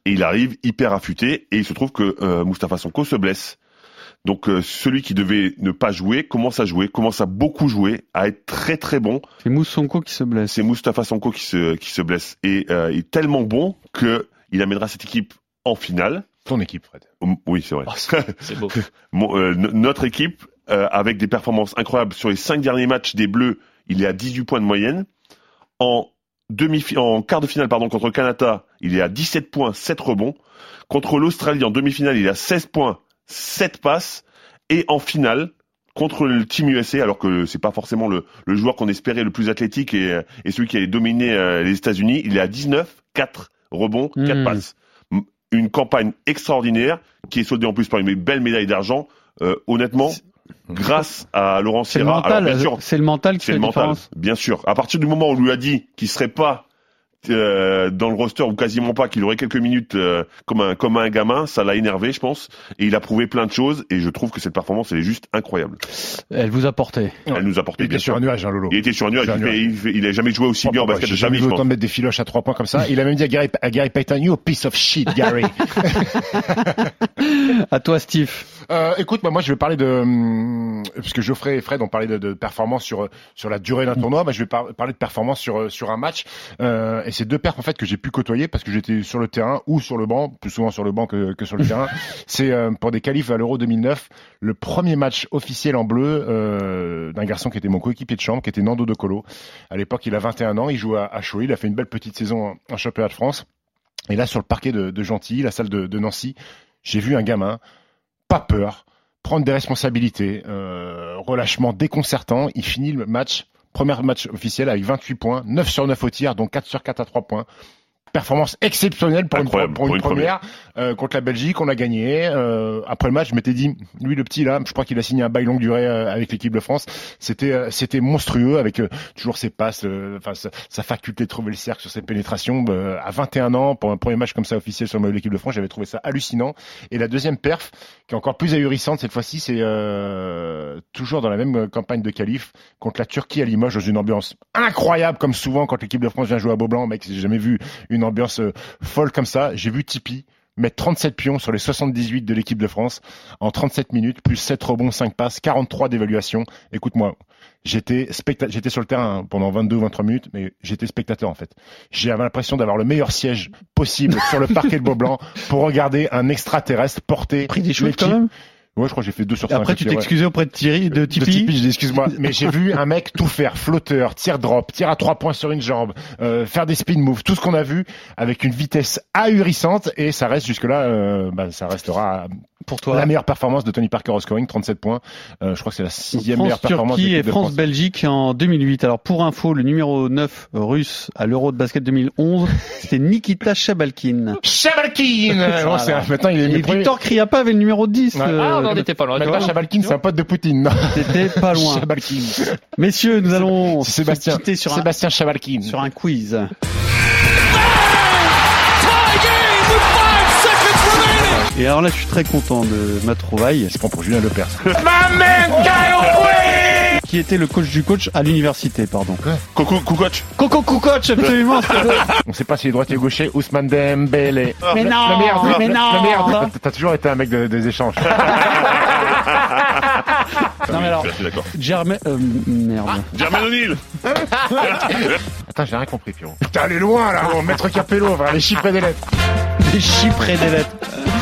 et il arrive hyper affûté et il se trouve que euh, Mustapha Sonko se blesse. Donc euh, celui qui devait ne pas jouer commence à jouer, commence à beaucoup jouer, à être très très bon.
C'est Moussonko qui se blesse.
C'est Mustapha Sonko qui se qui se blesse et euh, il est tellement bon que il amènera cette équipe en finale.
Ton équipe, Fred.
Oui, c'est vrai.
Oh, c'est c'est beau.
Mon- euh, no- notre équipe, euh, avec des performances incroyables sur les cinq derniers matchs des Bleus, il est à 18 points de moyenne. En, demi en quart de finale pardon, contre le Canada, il est à 17 points, 7 rebonds. Contre l'Australie, en demi-finale, il est à 16 points, 7 passes. Et en finale, contre le Team USA, alors que c'est pas forcément le, le joueur qu'on espérait le plus athlétique et, euh, et celui qui allait dominer euh, les États-Unis, il est à 19, 4 rebonds, 4
Hmm.
passes. M- Une campagne extraordinaire qui est soldée en plus par une belle médaille d'argent. Euh, honnêtement, grâce à Laurent
C'est le
Sierra. Alors, bien
mental.
sûr,
C'est le mental qui
c'est
fait
le
la
mental,
différence.
bien sûr. À partir du moment où on lui a dit qu'il serait pas euh, dans le roster ou quasiment pas, qu'il aurait quelques minutes euh, comme un comme un gamin, ça l'a énervé, je pense. Et il a prouvé plein de choses. Et je trouve que cette performance, elle est juste incroyable.
Elle vous a porté. (laughs)
Ouais.
Elle nous a porté
Il était
bien
sur
sûr.
un nuage, hein, Lolo.
Il était sur un nuage.
Sur un
Il, fait- il, fait- il a jamais joué
Oh,
aussi bien en basket de
Oh, bah, J'ai
sa
jamais vu
vie, je
autant
pense.
de mettre des filoches à trois points comme ça. Il a même dit à Gary, à Gary Payton, you piece of shit, Gary.
À toi, Steve.
Euh, écoute, bah, moi je vais parler de hum, parce que Geoffrey et Fred ont parlé de, de performance sur euh, sur la durée d'un tournoi, bah, je vais par- parler de performance sur euh, sur un match. Euh, et c'est deux perfs en fait que j'ai pu côtoyer parce que j'étais sur le terrain ou sur le banc, plus souvent sur le banc que, que sur le terrain. C'est euh, pour des qualifs à l'Euro 2009, le premier match officiel en bleu euh, d'un garçon qui était mon coéquipier de chambre, qui était Nando De Colo. À l'époque, il a 21 ans, il joue à, à Chaux, il a fait une belle petite saison en, en championnat de France. Et là, sur le parquet de, de Gentilly, la salle de, de Nancy, j'ai vu un gamin, pas peur, prendre des responsabilités, euh, relâchement déconcertant. Il finit le match, premier match officiel avec 28 points, 9 sur 9 au tir, donc 4 sur 4 à 3 points. Performance exceptionnelle pour, une, pour,
Incroyable,
une première euh, contre la Belgique, on a gagné. Euh, après le match, je m'étais dit, lui le petit là, je crois qu'il a signé un bail longue durée euh, avec l'équipe de France. C'était euh, c'était monstrueux avec euh, toujours ses passes, euh, enfin sa, sa faculté de trouver le cercle sur ses pénétrations. Euh, à 21 ans, pour un premier match comme ça officiel sur le maillot de l'équipe de France, j'avais trouvé ça hallucinant. Et la deuxième perf, qui est encore plus ahurissante cette fois-ci, c'est euh, toujours dans la même euh, campagne de qualif contre la Turquie à Limoges dans une ambiance incroyable comme souvent quand l'équipe de France vient jouer à Beaublanc, mec, j'ai jamais vu une ambiance euh, folle comme ça. J'ai vu Tipeee mettre 37 pions sur les 78 de l'équipe de France en 37 minutes, plus 7 rebonds, 5 passes, 43 d'évaluation. Écoute-moi, j'étais specta- j'étais sur le terrain hein, pendant 22 23 minutes, mais j'étais spectateur en fait. J'avais l'impression d'avoir le meilleur siège possible sur le parquet de Beaublanc pour regarder un extraterrestre porter
Pris des choses
l'équipe.
quand même.
Ouais, je euh, crois que j'ai fait 2 sur 5.
Après, tu t'excusais auprès de Thierry, de Tipeee.
je dis, excuse-moi. Mais j'ai vu un mec tout faire, flotteur, tir drop, tir à trois points sur une jambe, euh, faire des spin moves, tout ce qu'on a vu avec une vitesse ahurissante et ça reste jusque là, ça restera
pour toi.
la meilleure performance de Tony Parker au scoring, 37 points. Euh, je crois que c'est la sixième meilleure performance de
Turquie et
l'équipe de France.
France-Belgique en 2008. Alors pour info, le numéro 9 russe à l'Euro de basket
(laughs)
2011, c'était Nikita Shabalkin. (laughs)
Chabalkin Bon, c'est un- Maintenant, il est
Et
premier.
Victor Kriapa avait le numéro 10.
Ouais.
Ah, on
euh,
n'en était pas loin. Tu
Maintenant,
vois,
Chabalkin, c'est un pote de Poutine.
C'était pas loin.
(laughs) Chabalkin.
Messieurs, nous allons se
Sébastien,
quitter sur un,
Sébastien Chabalkin.
sur un quiz. Et alors là, je suis très content de ma trouvaille.
Je prends pour Julien Lepers.
qui qui était le coach du coach à l'université, pardon.
Coco Koukoc.
Coco Koukoc, absolument.
On sait pas s'il est droitier ou gaucher, Ousmane Dembélé.
Mais
La-
non,
la merde,
Ah, mais
la-
non.
la merde. T'as- T'as toujours été un mec de- des échanges.
Non, mais alors,
Je suis d'accord.
Germain, euh, merde.
Jermaine O'Neill.
Attends, j'ai rien compris, Pierrot. Putain, elle est loin, là. Bon, Maître Capello, va les chiffres et des lettres.
Des chiffres et des lettres.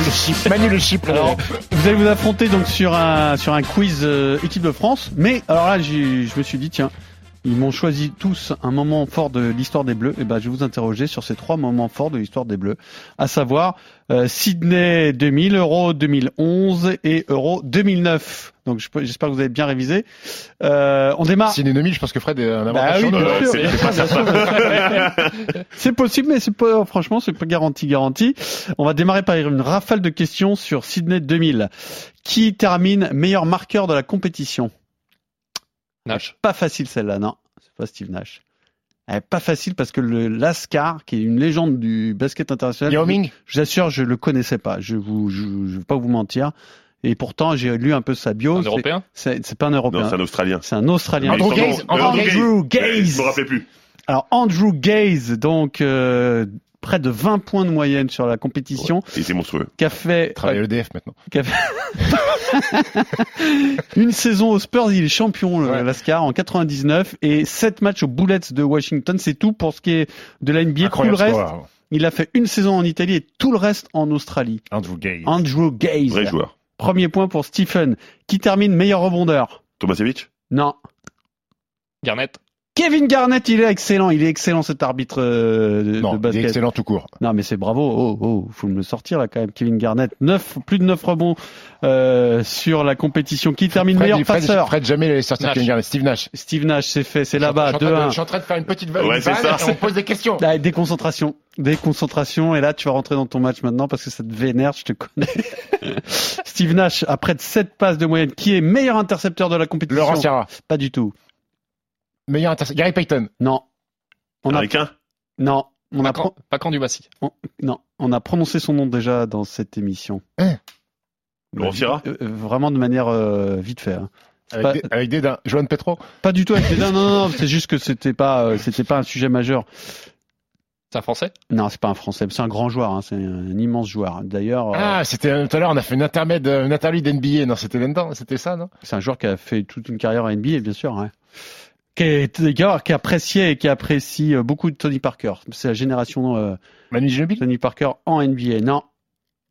Le chiffre, Manu le chiffre.
Alors, vous allez vous affronter donc sur un sur un quiz euh, équipe de France. Mais alors là, j'ai- je me suis dit tiens, ils m'ont choisi tous un moment fort de l'histoire des Bleus. Et ben, je vais vous interroger sur ces trois moments forts de l'histoire des Bleus, à savoir euh, Sydney 2000, Euro 2011 et Euro 2009. Donc je peux- j'espère que vous avez bien révisé. Euh, on démarre.
C'est une ennemie, je pense que Fred est un
Bah
avantage.
oui,
sur
bien
nous.
sûr, bien sûr, bien sûr, bien sûr. (laughs) C'est possible, mais c'est pas, franchement, c'est pas garanti, garanti. On va démarrer par une rafale de questions sur Sydney 2000. Qui termine meilleur marqueur de la compétition?
Nash.
Pas facile, celle-là, non. C'est pas Steve Nash. Elle est pas facile parce que le Lascar, qui est une légende du basket international.
Yao Ming
Je vous assure, je le connaissais pas. Je vous, je, je vais pas vous mentir. Et pourtant, j'ai lu un peu sa bio.
Un
C'est-
Européen
C'est c'est pas un
Non,
Européen.
c'est un Australien.
C'est un Australien.
Andrew
Mais ils
Gaze,
sont-
Andrew
Andrew
Gaze.
Gaze. Je me rappelais plus.
Alors Andrew Gaze, donc euh, près de 20 points de moyenne sur la compétition,
Et c'est monstrueux.
qui a fait,
Travaille à EDF maintenant.
qui a fait- euh, une saison aux Spurs, il est champion le
Ouais.
Lascar en 99 et 7 matchs aux Bullets de Washington, c'est tout pour ce qui est de la NBA. Tout le
Incroyable
reste,
score. hein.
il a fait une saison en Italie et tout le reste en Australie.
Andrew Gay.
Andrew Gaze.
Vrai joueur.
Premier point pour Stephen, qui termine meilleur rebondeur.
Tomasevic
Non.
Garnett.
Kevin Garnett, il est excellent, il est excellent cet arbitre euh, de,
Non,
de
il est
basket.
excellent tout court.
Non, mais c'est bravo. Oh, oh, faut me le sortir là quand même. Kevin Garnett, neuf, plus de 9 rebonds euh, sur la compétition. Qui termine
Fred,
meilleur
il- Fred,
passeur
Fred jamais les sortir
Nash.
Kevin Garnett. Steve Nash.
Steve Nash, c'est fait, c'est
Je
là-bas,
suis en train de- Je
2-1.
suis en train de faire une petite vanne.
Ouais,
une
c'est
vanne,
ça.
et On pose
(laughs)
des questions.
Ah, déconcentration, déconcentration. Et là, tu vas rentrer dans ton match maintenant parce que ça te vénère, je te connais. (laughs) Steve Nash, à près de 7 passes de moyenne, qui est meilleur intercepteur de la compétition
Laurent Sierra.
Pas du tout.
Meilleur intercepteur. Gary Payton.
Non. On a,
Américain
non. On a,
Pacan, Pacan du Massy.
pro- non, on a prononcé son nom déjà dans cette émission.
Eh.
Laurent Sierra
Euh, euh, vraiment de manière euh, vite fait. hein.
Avec,
pas-
des, avec des dins. Johan Petro.
Pas du tout avec les dents, non, non, non, c'est juste que c'était pas, euh, c'était pas un sujet majeur.
C'est un Français
Non, c'est pas un français, c'est un grand joueur, hein, c'est un immense joueur. D'ailleurs, euh,
Ah, c'était tout à l'heure, on a fait une intermède, euh, une interlude NBA. Non, c'était là-dedans. C'était ça, non
c'est un joueur qui a fait toute une carrière à NBA, bien sûr. ouais. Qui est d'ailleurs qui appréciait et qui apprécie euh, beaucoup de Tony Parker. C'est la génération euh,
Manu Ginobili.
Tony Parker en NBA. Non,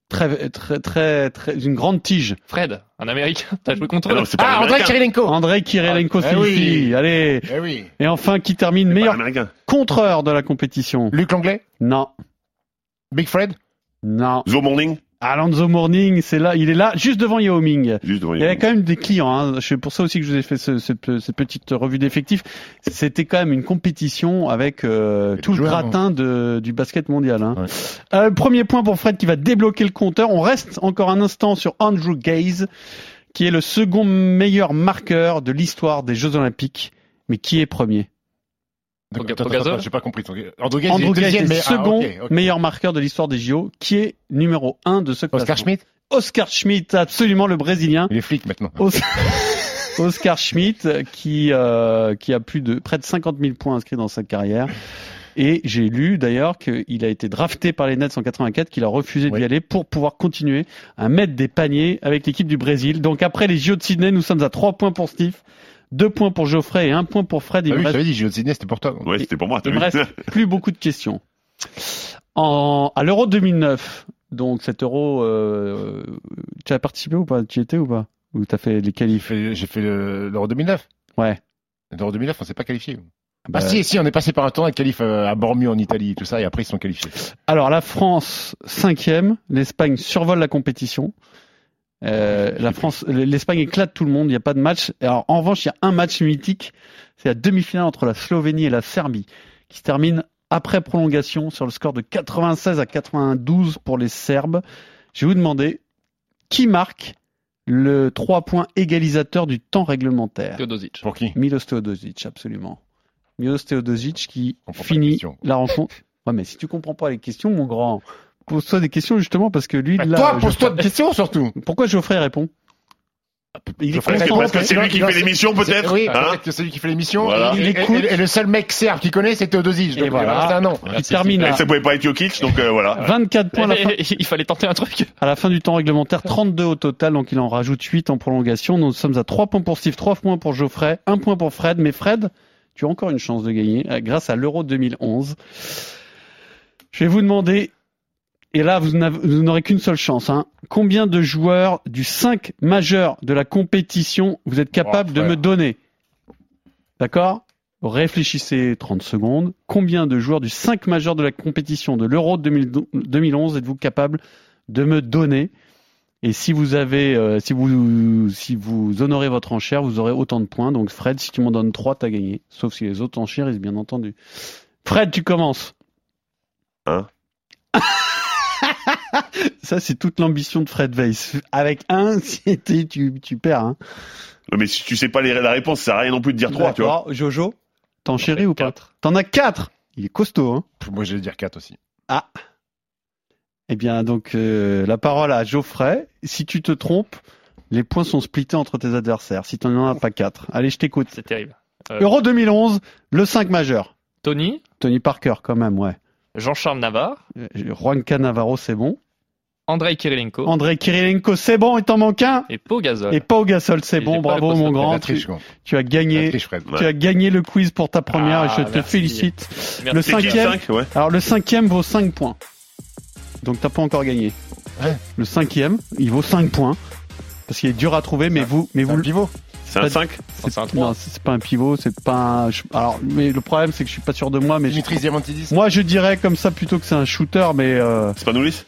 très, très, très, très, une grande tige.
Fred, un Américain. (laughs) T'as joué contre
Ah non,
eux
c'est pas
Ah,
un
André
américain.
Kirilenko.
André Kirilenko,
Ah,
c'est
eh
une
oui.
fille. Allez.
Eh oui.
Et enfin, qui termine
Pas un
meilleur
américain.
contreur de la compétition.
Luc Langlais.
Non,
Big Fred.
non.
Zo Morning
Alonso Morning, c'est là, il est là, juste devant Yao Ming.
Juste devant
Il y avait
lui.
quand même des clients. Hein. C'est pour ça aussi que je vous ai fait ce- ce pe- cette petite revue d'effectifs. C'était quand même une compétition avec euh,
des
tout le
joueurs,
gratin de, du basket mondial. Hein.
Ouais.
Euh, premier point pour Fred qui va débloquer le compteur. On reste encore un instant sur Andrew Gaze, qui est le second meilleur marqueur de l'histoire des Jeux Olympiques. Mais qui est premier
Donc, attends,
Poga-
attends,
Pogazo
attends, J'ai pas compris. ton- Andrew Gaze, il
Andrew
est
Gaze est
deuxième, mais ah,
second
ok, ok.
meilleur marqueur de l'histoire des JO, qui est numéro un de ce classement.
Oscar Schmidt.
Oscar Schmidt, absolument le Brésilien.
Il est flic maintenant.
Os- (laughs) Oscar Schmidt qui euh, qui a plus de près de 50 000 points inscrits dans sa carrière. Et j'ai lu d'ailleurs qu'il a été drafté par les Nets en 84, qu'il a refusé d'y
Oui.
aller pour pouvoir continuer à mettre des paniers avec l'équipe du Brésil. Donc après les JO de Sydney, nous sommes à 3 points pour Steve, 2 points pour Geoffrey et 1 point pour Fred. Il
Ah
me
oui, je
reste-
t'avais dit, Gilles de Sydney, c'était pour toi.
Ouais, c'était pour moi. t'as
il me
vu (laughs)
reste plus beaucoup de questions. En, à l'Euro 2009, donc cet Euro, euh, tu as participé ou pas Tu y étais ou pas Ou t'as fait les
J'ai
qualifs
fait, j'ai fait le- l'Euro 2009.
Ouais.
L'Euro 2009, on s'est pas qualifié.
Bah,
ah si, si, on est passé par un tournoi de qualif euh, à Bormio en Italie, tout ça, et après ils se sont qualifiés.
Alors la France cinquième, l'Espagne survole la compétition. Euh, la France, l'Espagne éclate tout le monde. Il n'y a pas de match. Alors en revanche, il y a un match mythique. C'est la demi-finale entre la Slovénie et la Serbie qui se termine après prolongation sur le score de 96 à 92 pour les Serbes. Je vais vous demander qui marque le 3 points égalisateur du temps réglementaire.
(laughs)
Teodosic.
Pour qui
Milos Teodosic, absolument. Milos Teodosic qui
comprend pas les
finit
questions.
(laughs) la rencontre. Ouais, mais si tu comprends pas les questions, mon grand, pose-toi des questions justement parce que lui,
Bah,
là,
Toi,
je-
pose-toi de questions surtout
pourquoi Geoffrey répond Il est
Ah, Geoffrey,
content.
c'est presque
Geoffrey.
c'est lui
Non,
qui
non,
fait l'émission,
c'est-
peut-être
Oui,
Hein
peut-être que c'est lui qui fait l'émission.
Voilà.
Et,
Il
et- et-
écoute.
et le seul mec serbe qu'il connaît, c'est Teodosic.
Et voilà.
C'est un nom.
Il termine
Et
à
ça pouvait pas être Jokic, donc euh, voilà.
24 points à la fin,
(laughs) Il fallait tenter un truc.
à la fin du temps réglementaire, 32 au total, donc il en rajoute 8 en prolongation. Nous sommes à 3 points pour Steve, 3 points pour Geoffrey, 1 point pour Fred. Mais Fred, tu as encore une chance de gagner euh, grâce à l'Euro 2011. Je vais vous demander, et là vous n'avez- vous n'aurez qu'une seule chance, hein, combien de joueurs du 5 majeur de la compétition vous êtes capable de
frère.
me donner D'accord Réfléchissez 30 secondes. Combien de joueurs du 5 majeur de la compétition de l'Euro 2000 2011 êtes-vous capable de me donner. Et si vous avez, euh, si vous, si vous honorez votre enchère, vous aurez autant de points. Donc Fred, si tu m'en donnes 3, t'as gagné. Sauf si les autres enchères, bien entendu. Fred, tu commences.
Hein
(laughs) Ça, c'est toute l'ambition de Fred Weiss. Avec un, (laughs) si t'es- tu, tu perds. Hein.
Non, Mais si tu sais pas les- la réponse, ça sert à rien non plus de dire 3, tu vois.
D'accord. Jojo, t'en chéris ou pas T'en as 4 Il est costaud, hein
Moi, j'allais dire 4 aussi.
Eh bien, donc, euh, la parole à Geoffrey. Si tu te trompes, les points sont splittés entre tes adversaires. Si tu n'en as pas quatre. Allez, je t'écoute.
C'est terrible. Euh,
Euro 2011, le 5 majeur.
Tony,
Tony Parker, quand même, ouais.
Jean-Charles Navarre,
Euh, Juan Cannavaro, c'est bon.
Andrei Kirilenko
André Kirilenko, c'est bon, il t'en manque un.
et Pau Gasol.
Et Pau Gasol, c'est
Euh. Et j'ai
bon.
pas le
Bravo,
poste
mon
de
grand.
La
Tu,
triche, quoi.
tu as
La
gagné.
triche, Fred.
Tu as gagné le quiz pour ta première
Ah,
et je te
merci.
félicite.
Merci.
Le
C'est qui,
cinquième,
cinq ouais.
alors le cinquième vaut 5 points. Donc t'as pas encore gagné.
Ouais.
Le cinquième, il vaut 5 points. Parce qu'il est dur à trouver, mais
Ah,
vous, mais
C'est
vous,
un pivot.
C'est un
Fred-
5
c'est
c'est un trois.
non, c'est c'est pas un pivot, c'est pas un. je- Alors, mais le problème c'est que je suis pas sûr de moi, mais je-
Dimitris Diamantidis.
moi je dirais comme ça plutôt que c'est un shooter, mais euh,
C'est pas Noulis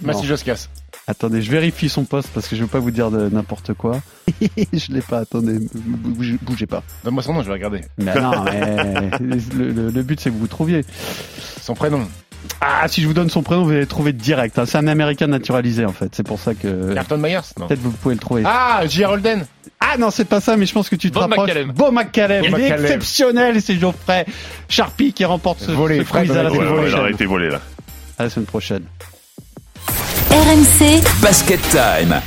Massi Joskas.
attendez, je vérifie son poste parce que je veux pas vous dire de n'importe
(laughs)
quoi. je l'ai pas, attendez, bou- bougez, bougez pas.
Donne-moi son nom, je vais regarder.
Mais non, mais le, le- le but c'est que vous trouviez.
Son prénom.
Ah, si je vous donne son prénom, vous allez le trouver direct. hein. C'est un Américain naturalisé en fait, c'est pour ça que.
Carlton Myers. Non.
Peut-être vous pouvez le trouver. Ah,
Ah, J.R. Holden.
non, c'est pas ça, mais je pense que tu te
Bob
rapproches.
McCallum.
Beau McCallum.
Beau
Il est
McCallum.
exceptionnel, c'est Geoffrey Sharpie qui remporte ce,
Volé,
ce
Fred,
quiz à la,
on a
semaine
été volé, là.
Ouais, il
prochaine.
a été volé là.
à la semaine prochaine.
RMC
Basket Time.